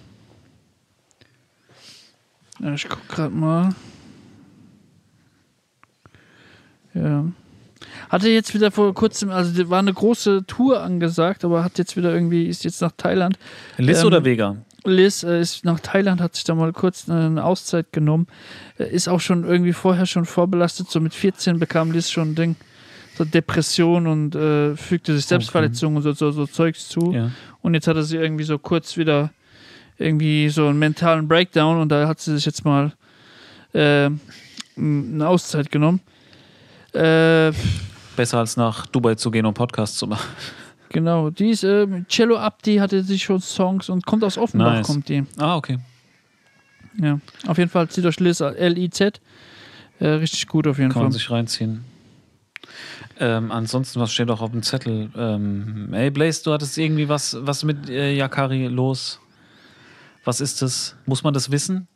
S1: Ja, ich guck gerade mal. Ja. Hatte jetzt wieder vor kurzem, also die- war eine große Tour angesagt, aber hat jetzt wieder irgendwie, ist jetzt nach Thailand.
S2: Liss
S1: Ähm,
S2: oder Vega?
S1: Liz äh, ist nach Thailand, hat sich da mal kurz eine Auszeit genommen. Äh, ist auch schon irgendwie vorher schon vorbelastet. So mit 14 bekam Liz schon ein Ding. So Depression und äh, fügte sich Selbstverletzungen und so, so, so Zeugs zu.
S2: Ja.
S1: Und jetzt hatte sie irgendwie so kurz wieder irgendwie so einen mentalen Breakdown und da hat sie sich jetzt mal äh, m- eine Auszeit genommen. Äh,
S2: Besser als nach Dubai zu gehen und Podcasts zu machen.
S1: genau, die ist äh, Cello Abdi hatte sich schon Songs und kommt aus Offenbach,
S2: Nice.
S1: kommt die.
S2: Ah, okay.
S1: Ja, auf jeden Fall zieht euch Liz L-I-Z. Äh, richtig gut auf jeden
S2: Kann man
S1: Fall.
S2: sich reinziehen. Ähm, ansonsten, was steht auch auf dem Zettel? Ähm, ey, Blaze, du hattest irgendwie was, was mit äh, Yakari los? Was ist das? Muss man das wissen?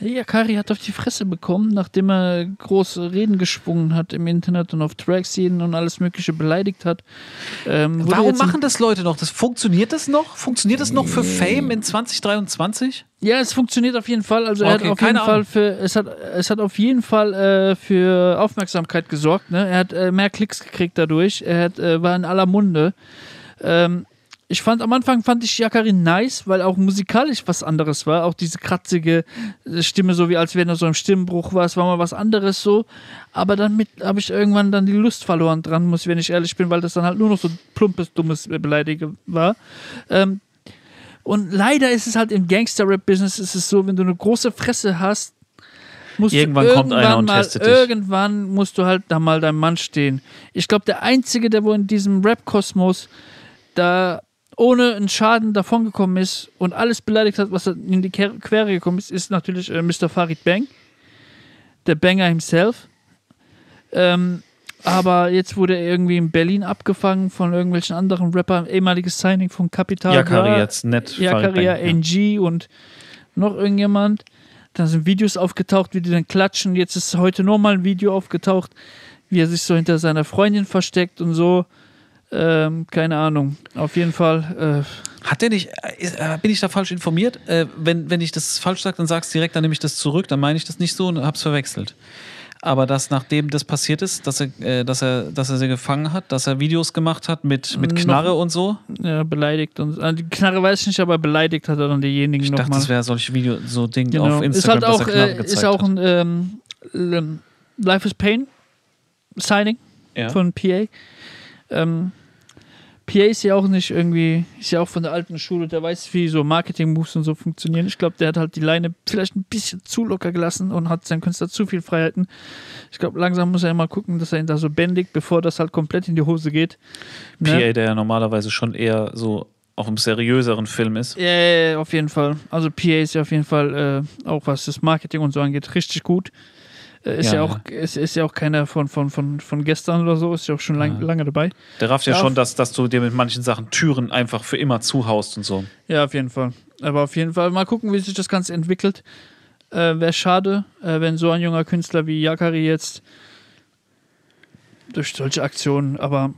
S1: Ja, Kari hat auf die Fresse bekommen, nachdem er große Reden geschwungen hat im Internet und auf Tracks jeden und alles Mögliche beleidigt hat. Ähm, wurde
S2: Warum
S1: jetzt im-
S2: machen das Leute noch? Das, funktioniert das noch? Funktioniert das noch für Fame in 2023?
S1: Ja, es funktioniert auf jeden Fall. Also er
S2: Okay,
S1: hat auf
S2: keine
S1: jeden Fall
S2: Ahnung.
S1: für es hat es hat auf jeden Fall äh, für Aufmerksamkeit gesorgt. Ne? Er hat äh, mehr Klicks gekriegt dadurch. Er hat, äh, war in aller Munde. Ähm, ich fand am Anfang fand ich Jakarin nice, weil auch musikalisch was anderes war. Auch diese kratzige äh, Stimme, so wie als wäre er so im Stimmbruch war. Es war mal was anderes so. Aber dann mit habe ich irgendwann dann die Lust verloren dran, muss wenn ich ehrlich bin, weil das dann halt nur noch so plumpes, dummes äh, Beleidige war. Ähm, und leider ist es halt im Gangster-Rap-Business ist es so, wenn du eine große Fresse hast, musst
S2: Irgendwann
S1: du
S2: kommt einer und
S1: mal,
S2: testet dich.
S1: Irgendwann musst du halt da mal deinem Mann stehen. Ich glaube, der Einzige, der wohl in diesem Rap-Kosmos da ohne einen Schaden davongekommen ist und alles beleidigt hat, was in die Ke- Quere gekommen ist, ist natürlich äh, Mr. Farid Bang, der Banger himself. Ähm, aber jetzt wurde er irgendwie in Berlin abgefangen von irgendwelchen anderen Rappern, ehemaliges Signing von Capital.
S2: Yakari
S1: Bra.
S2: jetzt, nett. Farid
S1: Jakaria,
S2: Bang, ja. eh
S1: NG und noch irgendjemand. Da sind Videos aufgetaucht, wie die dann klatschen. Jetzt ist heute nochmal ein Video aufgetaucht, wie er sich so hinter seiner Freundin versteckt und so. Ähm, keine Ahnung. Auf jeden Fall.
S3: Hat der nicht, äh, ist, äh, bin ich da falsch informiert? Äh, wenn, wenn ich das falsch sage, dann sag's direkt, dann nehme ich das zurück, dann meine ich das nicht so und hab's verwechselt. Aber dass nachdem das passiert ist, dass er, äh, dass er, dass er sie gefangen hat, dass er Videos gemacht hat mit, mit
S1: Noch-
S3: Knarre und so.
S1: Äh, ja, beleidigt und äh, die Knarre weiß ich nicht, aber beleidigt hat er dann diejenigen
S3: Ich dachte,
S1: nochmal.
S3: das wäre solche Video, so Ding
S1: genau.
S3: auf
S1: ist
S3: Instagram,
S1: halt auch,
S3: dass er Knarre
S1: äh,
S3: gezeigt
S1: ist auch
S3: hat.
S1: ein ähm, ähm, Life is Pain Signing.
S2: Ja.
S1: von PA. Ähm, PA ist ja auch nicht irgendwie, ist ja auch von der alten Schule, der weiß, wie so Marketing-Moves und so funktionieren. Ich glaube, der hat halt die Leine vielleicht ein bisschen zu locker gelassen und hat seinem Künstler zu viel Freiheiten. Ich glaube, langsam muss er immer gucken, dass er ihn da so bändigt, bevor das halt komplett in die Hose geht. Ne?
S2: PA, der ja normalerweise schon eher so auf einem seriöseren Film ist.
S1: Ja, ja, ja, auf jeden Fall. Also PA ist ja auf jeden Fall äh, auch was das Marketing und so angeht richtig gut. Äh, ist ja,
S2: Ja,
S1: auch ist, ist ja auch keiner von, von, von, von gestern oder so, ist ja auch schon lang,
S2: Ja.
S1: lange dabei.
S2: Der rafft ja,
S1: Ja.
S2: schon, dass, dass du dir mit manchen Sachen Türen einfach für immer zuhaust und so.
S1: Ja, auf jeden Fall. Aber auf jeden Fall mal gucken, wie sich das Ganze entwickelt. Äh, Wäre schade, äh, wenn so ein junger Künstler wie Yakari jetzt durch solche Aktionen, aber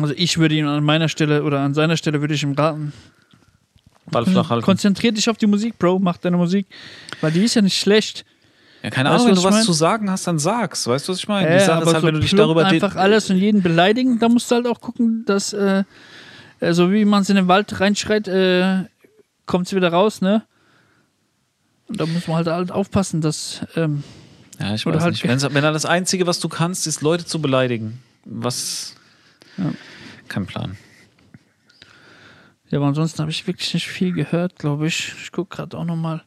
S1: also ich würde ihm an meiner Stelle oder an seiner Stelle würde ich ihm raten,
S2: Ball flach halten.
S1: Mhm. konzentrier dich auf die Musik, Bro, mach deine Musik, weil die ist ja nicht schlecht.
S2: Ja, keine
S1: Weißt
S2: Ahnung,
S1: du, was
S2: wenn du
S1: ich
S2: was
S1: mein?
S2: zu sagen hast, dann sag's. Weißt du, was ich meine?
S1: Äh,
S2: die Sache
S1: aber
S2: ist halt,
S1: so
S2: wenn du dich
S1: plump
S2: darüber de-
S1: einfach alles und jeden beleidigen, da musst du halt auch gucken, dass äh, äh, so wie man es in den Wald reinschreit, äh, kommt es wieder raus, ne? Und da muss man halt, halt aufpassen, dass ähm,
S2: Ja, ich
S1: Oder
S2: weiß
S1: halt-
S2: nicht. Wenn's, wenn er das Einzige, was du kannst, ist, Leute zu beleidigen. Was.
S1: Ja.
S2: Kein Plan.
S1: ja, aber ansonsten habe ich wirklich nicht viel gehört, glaube ich. Ich gucke gerade auch nochmal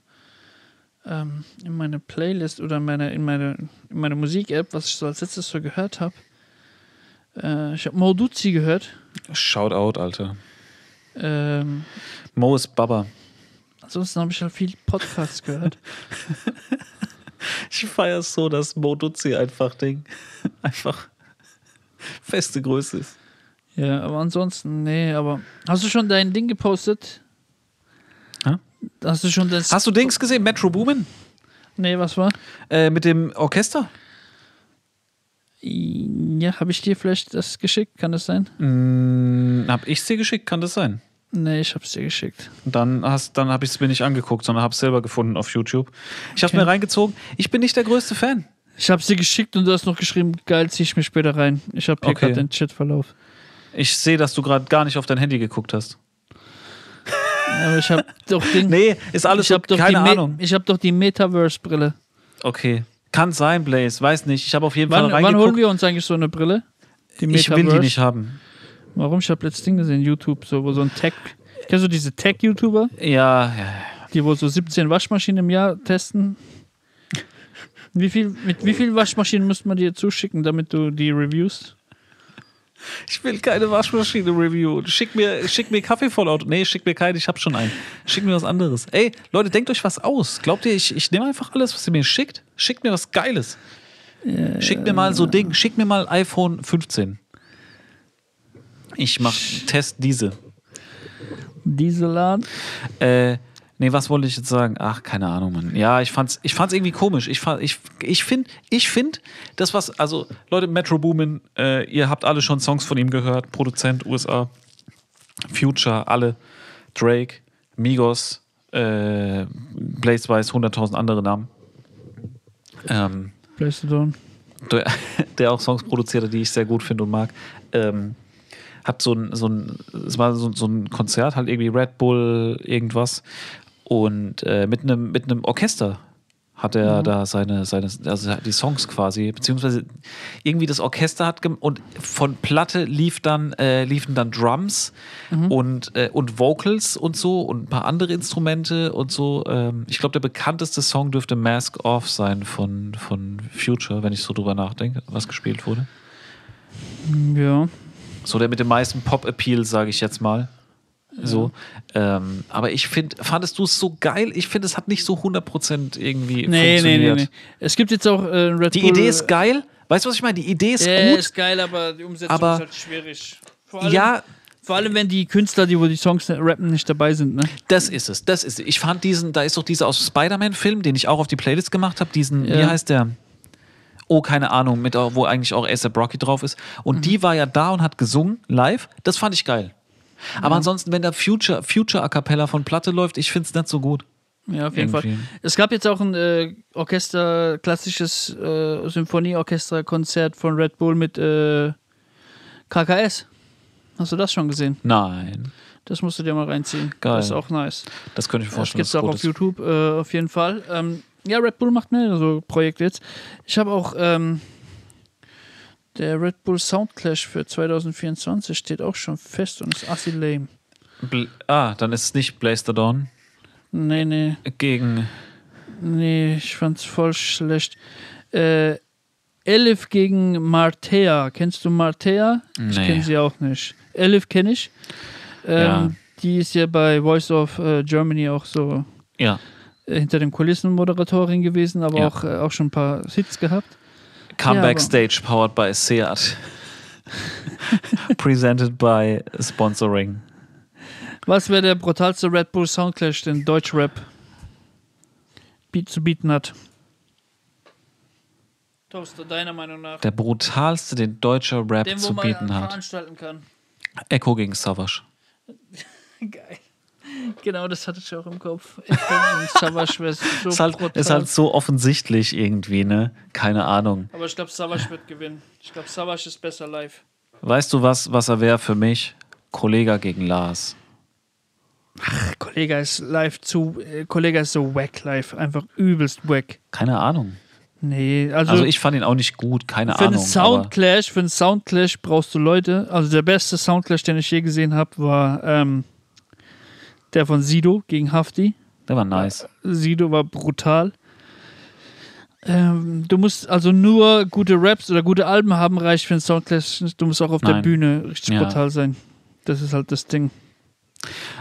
S1: ähm, in meine Playlist oder in meine, in meine, in meine Musik-App, was ich so als letztes so gehört habe. Äh, ich habe Morduzi gehört.
S2: Shoutout, Alter.
S1: Ähm,
S2: Mo ist Baba.
S1: ansonsten habe ich halt viel Podcasts gehört.
S2: Ich feiere es so, dass Mo Dutzi einfach Ding. Einfach feste Größe ist.
S1: Ja, aber ansonsten, nee, aber. Hast du schon dein Ding gepostet?
S4: Hä?
S1: Hast du schon das.
S2: Hast du Dings gesehen? Metro Boomin?
S1: nee, was war?
S2: Äh, mit dem Orchester?
S1: Ja, habe ich dir vielleicht das geschickt? Kann das sein?
S2: Hm, hab ich's dir geschickt? Kann das sein?
S1: Nee, ich hab's dir geschickt.
S2: Dann, hast- dann habe ich es mir nicht angeguckt, sondern habe es selber gefunden auf YouTube. Ich habe es mir reingezogen. Ich bin nicht der größte Fan.
S1: Ich hab's dir geschickt und du hast noch geschrieben, geil, zieh ich mir später rein. Ich hab hier
S2: Okay.
S1: gerade den Chatverlauf.
S2: Ich sehe, dass du gerade gar nicht auf dein Handy geguckt hast.
S1: Aber ich hab doch den.
S2: Nee, ist alles
S1: ich hab
S2: okay.
S1: doch
S2: keine
S1: die Me-
S2: Ahnung.
S1: Ich hab doch die Metaverse-Brille.
S2: Okay. Kann sein, Blaze, weiß nicht. Ich habe auf jeden
S1: Wann, wann
S2: Fall
S1: holen
S2: reingeguckt.
S1: wir uns eigentlich so eine Brille? Die
S2: ich will die nicht haben.
S1: Warum? Ich habe letztes Ding gesehen, YouTube, so, wo so ein Tech. Kennst du diese Tech-YouTuber,
S2: Ja, ja,
S1: die wohl so 17 Waschmaschinen im Jahr testen? Wie viel, mit wie vielen Waschmaschinen müsste man dir zuschicken, damit du die reviewst?
S2: Ich will keine Waschmaschine Review. Schick mir, schick mir Kaffee Fallout. Nee, schick mir keinen, ich hab schon einen. Schick mir was anderes. Ey, Leute, denkt euch was aus. Glaubt ihr, ich, ich nehme einfach alles, was ihr mir schickt? Schickt mir was Geiles.
S1: Äh,
S2: Schickt mir mal so Ding, schickt mir mal iPhone 15. Ich mach Test diese.
S1: Dieselladen?
S2: Äh, nee, was wollte ich jetzt sagen? Ach, keine Ahnung, Mann. Ja, ich fand's, ich fand's irgendwie komisch. Ich, fand, ich, ich finde, ich find, das was, also Leute, Metro Boomin, äh, ihr habt alle schon Songs von ihm gehört. Produzent, USA, Future, alle, Drake, Migos, äh, Blaze Weiß, 100.000 andere Namen. Ähm,
S1: Playstone.
S2: der, der auch Songs produzierte, die ich sehr gut finde und mag, ähm, hat so ein, so ein, es war so, so ein Konzert, halt irgendwie Red Bull, irgendwas. Und äh, mit einem mit einem Orchester hat er da seine, seine, also die Songs quasi, beziehungsweise irgendwie das Orchester hat gem- und von Platte lief dann, äh, liefen dann Drums und, äh, und Vocals und so und ein paar andere Instrumente und so. Ähm, ich glaube, der bekannteste Song dürfte Mask Off sein von, von Future, wenn ich so drüber nachdenke, was gespielt wurde.
S1: Ja.
S2: So der mit dem meisten Pop-Appeal, sage ich jetzt mal. So. Ähm, aber ich finde, fandest du es so geil? Ich finde, es hat nicht so 100%
S1: Nee,
S2: irgendwie
S1: nee,
S2: funktioniert.
S1: nee, nee. Es gibt jetzt auch äh, Red
S2: Die
S1: Bull.
S2: Idee ist geil. Weißt du, was ich meine? Die Idee ist
S1: Ja,
S2: gut.
S1: ist geil, aber die Umsetzung
S2: Aber-
S1: ist halt schwierig. Vor allem,
S2: ja,
S1: Vor allem, wenn die Künstler, die wo die Songs rappen, nicht dabei sind, ne?
S2: das ist es. Das ist es. Ich fand diesen, da ist doch dieser aus dem Spider-Man-Film, den ich auch auf die Playlist gemacht habe, diesen, wie
S1: Ja.
S2: heißt der? Oh, keine Ahnung, mit, wo eigentlich auch ASAP Rocky drauf ist. Und
S1: Mhm.
S2: die war ja da und hat gesungen live. Das fand ich geil. Aber ansonsten, wenn da Future, Future A Cappella von Platte läuft, ich finde es nicht so gut.
S1: Ja, auf jeden
S2: Irgendwie.
S1: Fall. Es gab jetzt auch ein äh, Orchester, klassisches äh, Symphonieorchester-Konzert von Red Bull mit äh, KKS. Hast du das schon gesehen?
S2: Nein.
S1: Das musst du dir mal reinziehen.
S2: Geil.
S1: Das ist auch nice.
S2: Das könnte ich mir
S1: Das
S2: vorstellen.
S1: gibt es
S2: dass
S1: auch
S2: gut
S1: auf
S2: ist.
S1: YouTube äh, auf jeden Fall. Ähm, ja, Red Bull macht mehrere so Projekte jetzt. Ich habe auch ähm, der Red Bull Soundclash für 2024 steht auch schon fest und ist assi lame.
S2: Bl ah, dann ist es nicht Blaze the Dawn
S1: Nee, nee.
S2: gegen.
S1: Nee, ich fand's voll schlecht. Äh, Elif gegen Martea. Kennst du Martea? Ich
S2: Nee.
S1: kenne sie auch nicht. Elif kenne ich. Ähm,
S2: Ja.
S1: Die ist ja bei Voice of äh, Germany auch so
S2: Ja.
S1: äh, hinter den Kulissen Moderatorin gewesen, aber
S2: Ja.
S1: auch, äh, auch schon ein paar Hits gehabt.
S2: Comeback
S1: aber-
S2: Stage powered by Seat. Presented by Sponsoring.
S1: Was wäre der brutalste Red Bull Soundclash, den Deutschrap beat zu bieten hat? Toaster, deiner Meinung nach?
S2: Der brutalste, den deutscher Rap
S1: Den, wo
S2: zu
S1: man
S2: bieten hat.
S1: veranstalten kann.
S2: Echo gegen Savage.
S1: Geil. Genau, das hatte ich auch im Kopf. Ich bin Savage wäre so
S2: Ist halt,
S1: brutal.
S2: ist halt so offensichtlich irgendwie, ne? Keine Ahnung.
S1: Aber ich glaube, Savage wird gewinnen. Ich glaube, Savage ist besser live.
S2: Weißt du was, was er wäre für mich? Kollega gegen Lars.
S1: Der Kollege ist live zu. Äh, Kollege ist so wack live. Einfach übelst wack.
S2: Keine Ahnung.
S1: Nee, also.
S2: Also ich fand ihn auch nicht gut, keine
S1: für
S2: Ahnung.
S1: einen
S2: aber-
S1: Soundclash, für einen Soundclash brauchst du Leute. Also der beste Soundclash, den ich je gesehen habe, war ähm, der von Sido gegen Hafti.
S2: Der war nice.
S1: Sido war brutal. Ähm, du musst also nur gute Raps oder gute Alben haben, reicht für einen Soundclash. nicht. Du musst auch auf der
S2: Nein.
S1: Bühne richtig
S2: Ja.
S1: brutal sein. Das ist halt das Ding.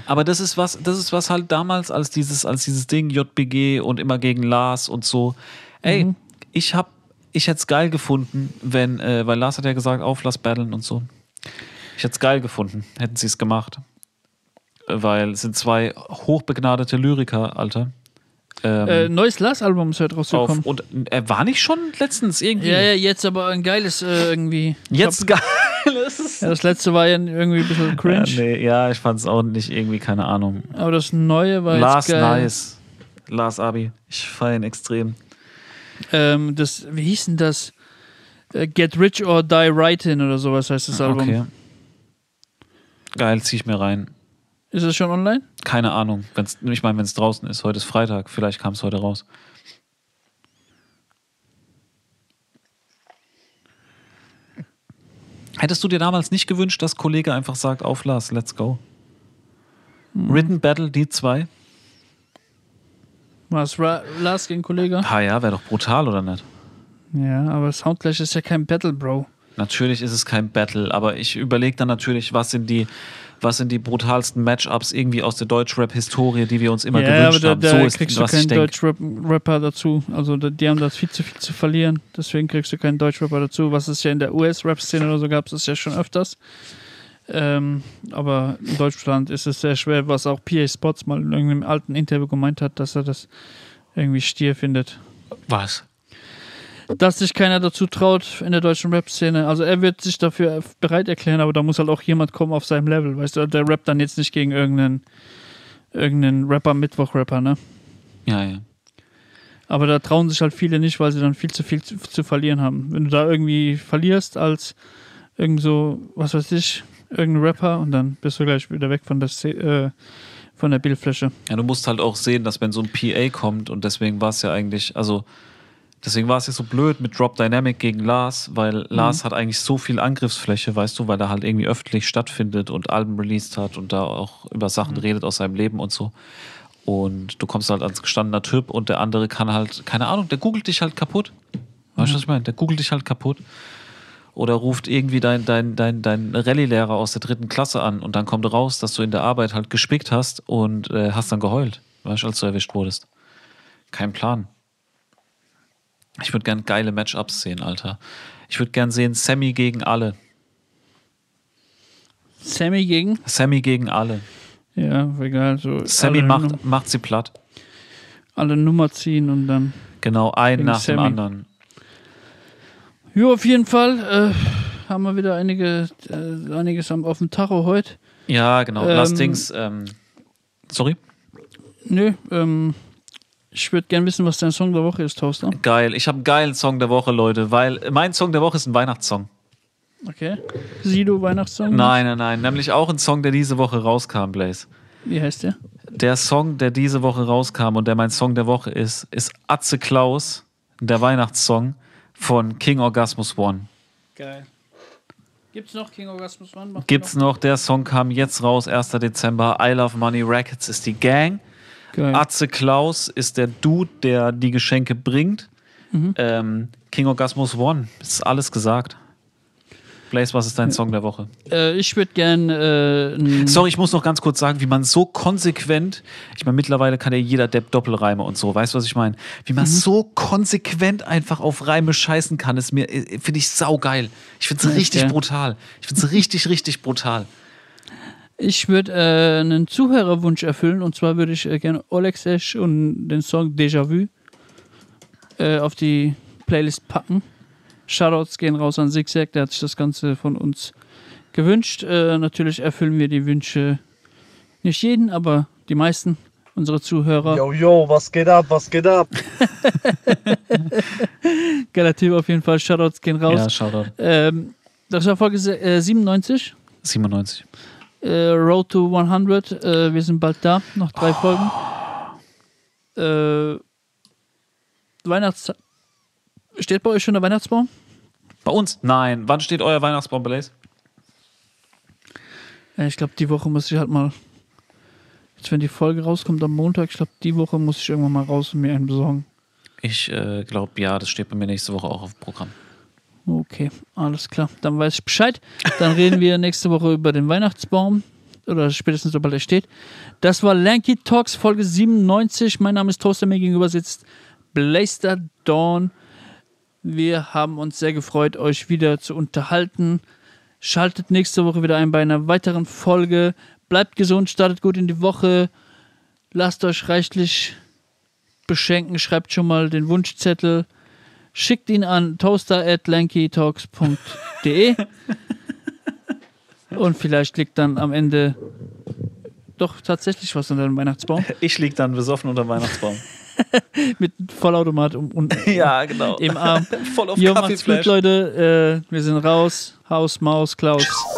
S2: Aber das ist was, das ist was halt damals als dieses, als dieses Ding JBG und immer gegen Lars und so. Ey,
S1: Mhm.
S2: ich hab, ich hätte es geil gefunden, wenn, äh, weil Lars hat ja gesagt, auf, lass battlen und so. Ich hätte es geil gefunden, hätten sie es gemacht. Äh, Weil es sind zwei hochbegnadete Lyriker, Alter. Ähm,
S1: Äh, neues Lars-Album ist heute
S2: auf,
S1: rausgekommen.
S2: und er war nicht schon letztens irgendwie.
S1: Ja, ja, jetzt aber ein geiles äh, irgendwie. Ich
S2: Jetzt geil. Es
S1: Hab, ja, das letzte war ja irgendwie ein bisschen
S2: Ja,
S1: cringe.
S2: nee, ja, ich fand es auch nicht irgendwie, keine Ahnung.
S1: Aber das neue war
S2: Lars
S1: Oh, jetzt geil.
S2: Nice. Lars Abi. Ich feiere ihn extrem.
S1: Ähm, das, wie hieß denn das? Äh, Get Rich or Die Writing oder sowas heißt das Album.
S2: Ah, Okay. Geil, zieh ich mir rein.
S1: Ist es schon online?
S2: Keine Ahnung. Wenn's, ich meine, wenn es draußen ist. Heute ist Freitag. Vielleicht kam es heute raus. Hättest du dir damals nicht gewünscht, dass Kollege einfach sagt, auf Lars, let's go? Written Battle, die zwei?
S1: Was, Ra Lars gegen Kollege?
S2: Ah ja, wäre doch brutal, oder nicht?
S1: Ja, aber Soundclash ist ja kein Battle, Bro.
S2: Natürlich ist es kein Battle, aber ich überlege dann natürlich, was sind die, was sind die brutalsten Matchups irgendwie aus der Deutschrap-Historie, die wir uns immer
S1: ja, aber
S2: gewünscht
S1: da,
S2: haben.
S1: da
S2: so ist
S1: kriegst du
S2: was
S1: keinen
S2: ich denke.
S1: Deutschrapper dazu. Also da, die haben das viel zu viel zu verlieren. Deswegen kriegst du keinen Deutschrapper dazu. Was es ja in der US-Rap-Szene oder so gab, ist ja schon öfters. Ähm, aber in Deutschland ist es sehr schwer, was auch PA Spots mal in irgendeinem alten Interview gemeint hat, dass er das irgendwie stier findet.
S2: Was?
S1: dass sich keiner dazu traut in der deutschen Rap-Szene. Also er wird sich dafür bereit erklären, aber da muss halt auch jemand kommen auf seinem Level. Weißt du, der rappt dann jetzt nicht gegen irgendeinen, irgendeinen Rapper, Mittwoch-Rapper, ne?
S2: Ja, ja.
S1: Aber da trauen sich halt viele nicht, weil sie dann viel zu viel zu, zu verlieren haben. Wenn du da irgendwie verlierst als irgend so, was weiß ich, irgendein Rapper und dann bist du gleich wieder weg von der, Szene- äh, von der Bildfläche.
S2: Ja, du musst halt auch sehen, dass wenn so ein PA kommt und deswegen war es ja eigentlich, also deswegen war es ja so blöd mit Drop Dynamic gegen Lars, weil Lars hat eigentlich so viel Angriffsfläche, weißt du, weil er halt irgendwie öffentlich stattfindet und Alben released hat und da auch über Sachen redet aus seinem Leben und so. Und du kommst halt als gestandener Typ und der andere kann halt, keine Ahnung, der googelt dich halt kaputt. Weißt du, was ich meine? Der googelt dich halt kaputt. Oder ruft irgendwie dein, dein, dein, dein Rallye-Lehrer aus der dritten Klasse an und dann kommt raus, dass du in der Arbeit halt gespickt hast und äh, hast dann geheult, weißt du, als du erwischt wurdest. Kein Plan. Ich würde gern geile Matchups sehen, Alter. Ich würde gern sehen Sammy gegen alle.
S1: Sammy gegen?
S2: Sammy gegen alle.
S1: Ja, egal. So
S2: Sammy
S1: alle, ne? Num-
S2: macht, macht sie platt.
S1: alle Nummer ziehen und dann.
S2: Genau, ein
S1: Gegen
S2: nach
S1: Sammy.
S2: dem anderen.
S1: Jo, auf jeden Fall äh, haben wir wieder einige, äh, einiges am, auf dem Tacho heute.
S2: Ja, genau.
S1: Ähm,
S2: Lass Dings. Ähm, sorry.
S1: Nö, ähm, ich würde gerne wissen, was dein Song der Woche ist, Toaster.
S2: Geil. Ich habe einen geilen Song der Woche, Leute, weil mein Song der Woche ist ein Weihnachtssong.
S1: Okay. Sido Weihnachtssong?
S2: Nein, nein, nein. Nämlich auch ein Song, der diese Woche rauskam, Blaze.
S1: Wie heißt der?
S2: Der Song, der diese Woche rauskam und der mein Song der Woche ist, ist Atze Klaus, der Weihnachtssong von King Orgasmus One.
S1: Geil. Gibt's noch King Orgasmus One? Macht
S2: Gibt's noch, der Song kam jetzt raus, 1. Dezember. I Love Money Rackets ist die Gang.
S1: noch? Geil.
S2: Atze Klaus ist der Dude, der die Geschenke bringt. Ähm, King Orgasmus One, ist alles gesagt. Blaze, was ist dein Song der Woche?
S1: Äh, ich würde gerne. Äh, n-
S2: Sorry, ich muss noch ganz kurz sagen, wie man so konsequent, ich meine, mittlerweile kann ja jeder Depp Doppelreime und so, weißt du, was ich meine? Wie man so konsequent einfach auf Reime scheißen kann, ist mir, äh, finde ich saugeil. Ich finde es richtig
S1: ja.
S2: brutal. Ich finde es richtig, richtig brutal.
S1: ich würde äh, einen Zuhörerwunsch erfüllen und zwar würde ich äh, gerne Olex Esch und den Song Déjà Vu äh, auf die Playlist packen. Shoutouts gehen raus an Zigzag, der hat sich das Ganze von uns gewünscht. Äh, natürlich erfüllen wir die Wünsche nicht jeden, aber die meisten unserer Zuhörer.
S5: Yo, yo, was geht ab, was geht ab?
S1: Geiler Typ auf jeden Fall, Shoutouts gehen raus.
S2: Shoutout.
S1: Ähm, das war Folge se- äh, 97,
S2: 97.
S1: äh, Road to 100. Äh, wir sind bald da, noch drei Folgen. Äh, Weihnachtszeit. Steht bei euch schon der Weihnachtsbaum?
S2: Bei uns? Nein. Wann steht euer Weihnachtsbaum, Blaze?
S1: Ja, ich glaube, die Woche muss ich halt mal. Jetzt, wenn die Folge rauskommt am Montag, ich glaube, die Woche muss ich irgendwann mal raus und mir einen besorgen.
S2: Ich äh, glaube, ja, das steht bei mir nächste Woche auch auf dem Programm.
S1: Okay, alles klar. Dann weiß ich Bescheid. Dann reden wir nächste Woche über den Weihnachtsbaum. Oder spätestens, sobald er steht. Das war Lanky Talks, Folge 97. Mein Name ist Toaster, mir gegenüber sitzt Blaster Dawn. Wir haben uns sehr gefreut, euch wieder zu unterhalten. Schaltet nächste Woche wieder ein bei einer weiteren Folge. Bleibt gesund, startet gut in die Woche. Lasst euch reichlich beschenken. Schreibt schon mal den Wunschzettel. Schickt ihn an toaster.lankytalks.de und vielleicht liegt dann am Ende doch tatsächlich was unter dem Weihnachtsbaum
S2: Ich lieg dann besoffen unter dem Weihnachtsbaum.
S1: mit Vollautomat um, und
S2: ja, genau.
S1: im Arm.
S2: Voll auf
S1: Jo, macht's gut,
S2: Kaffeeflash.
S1: Leute. Äh, wir sind raus. Haus, Maus, Klaus.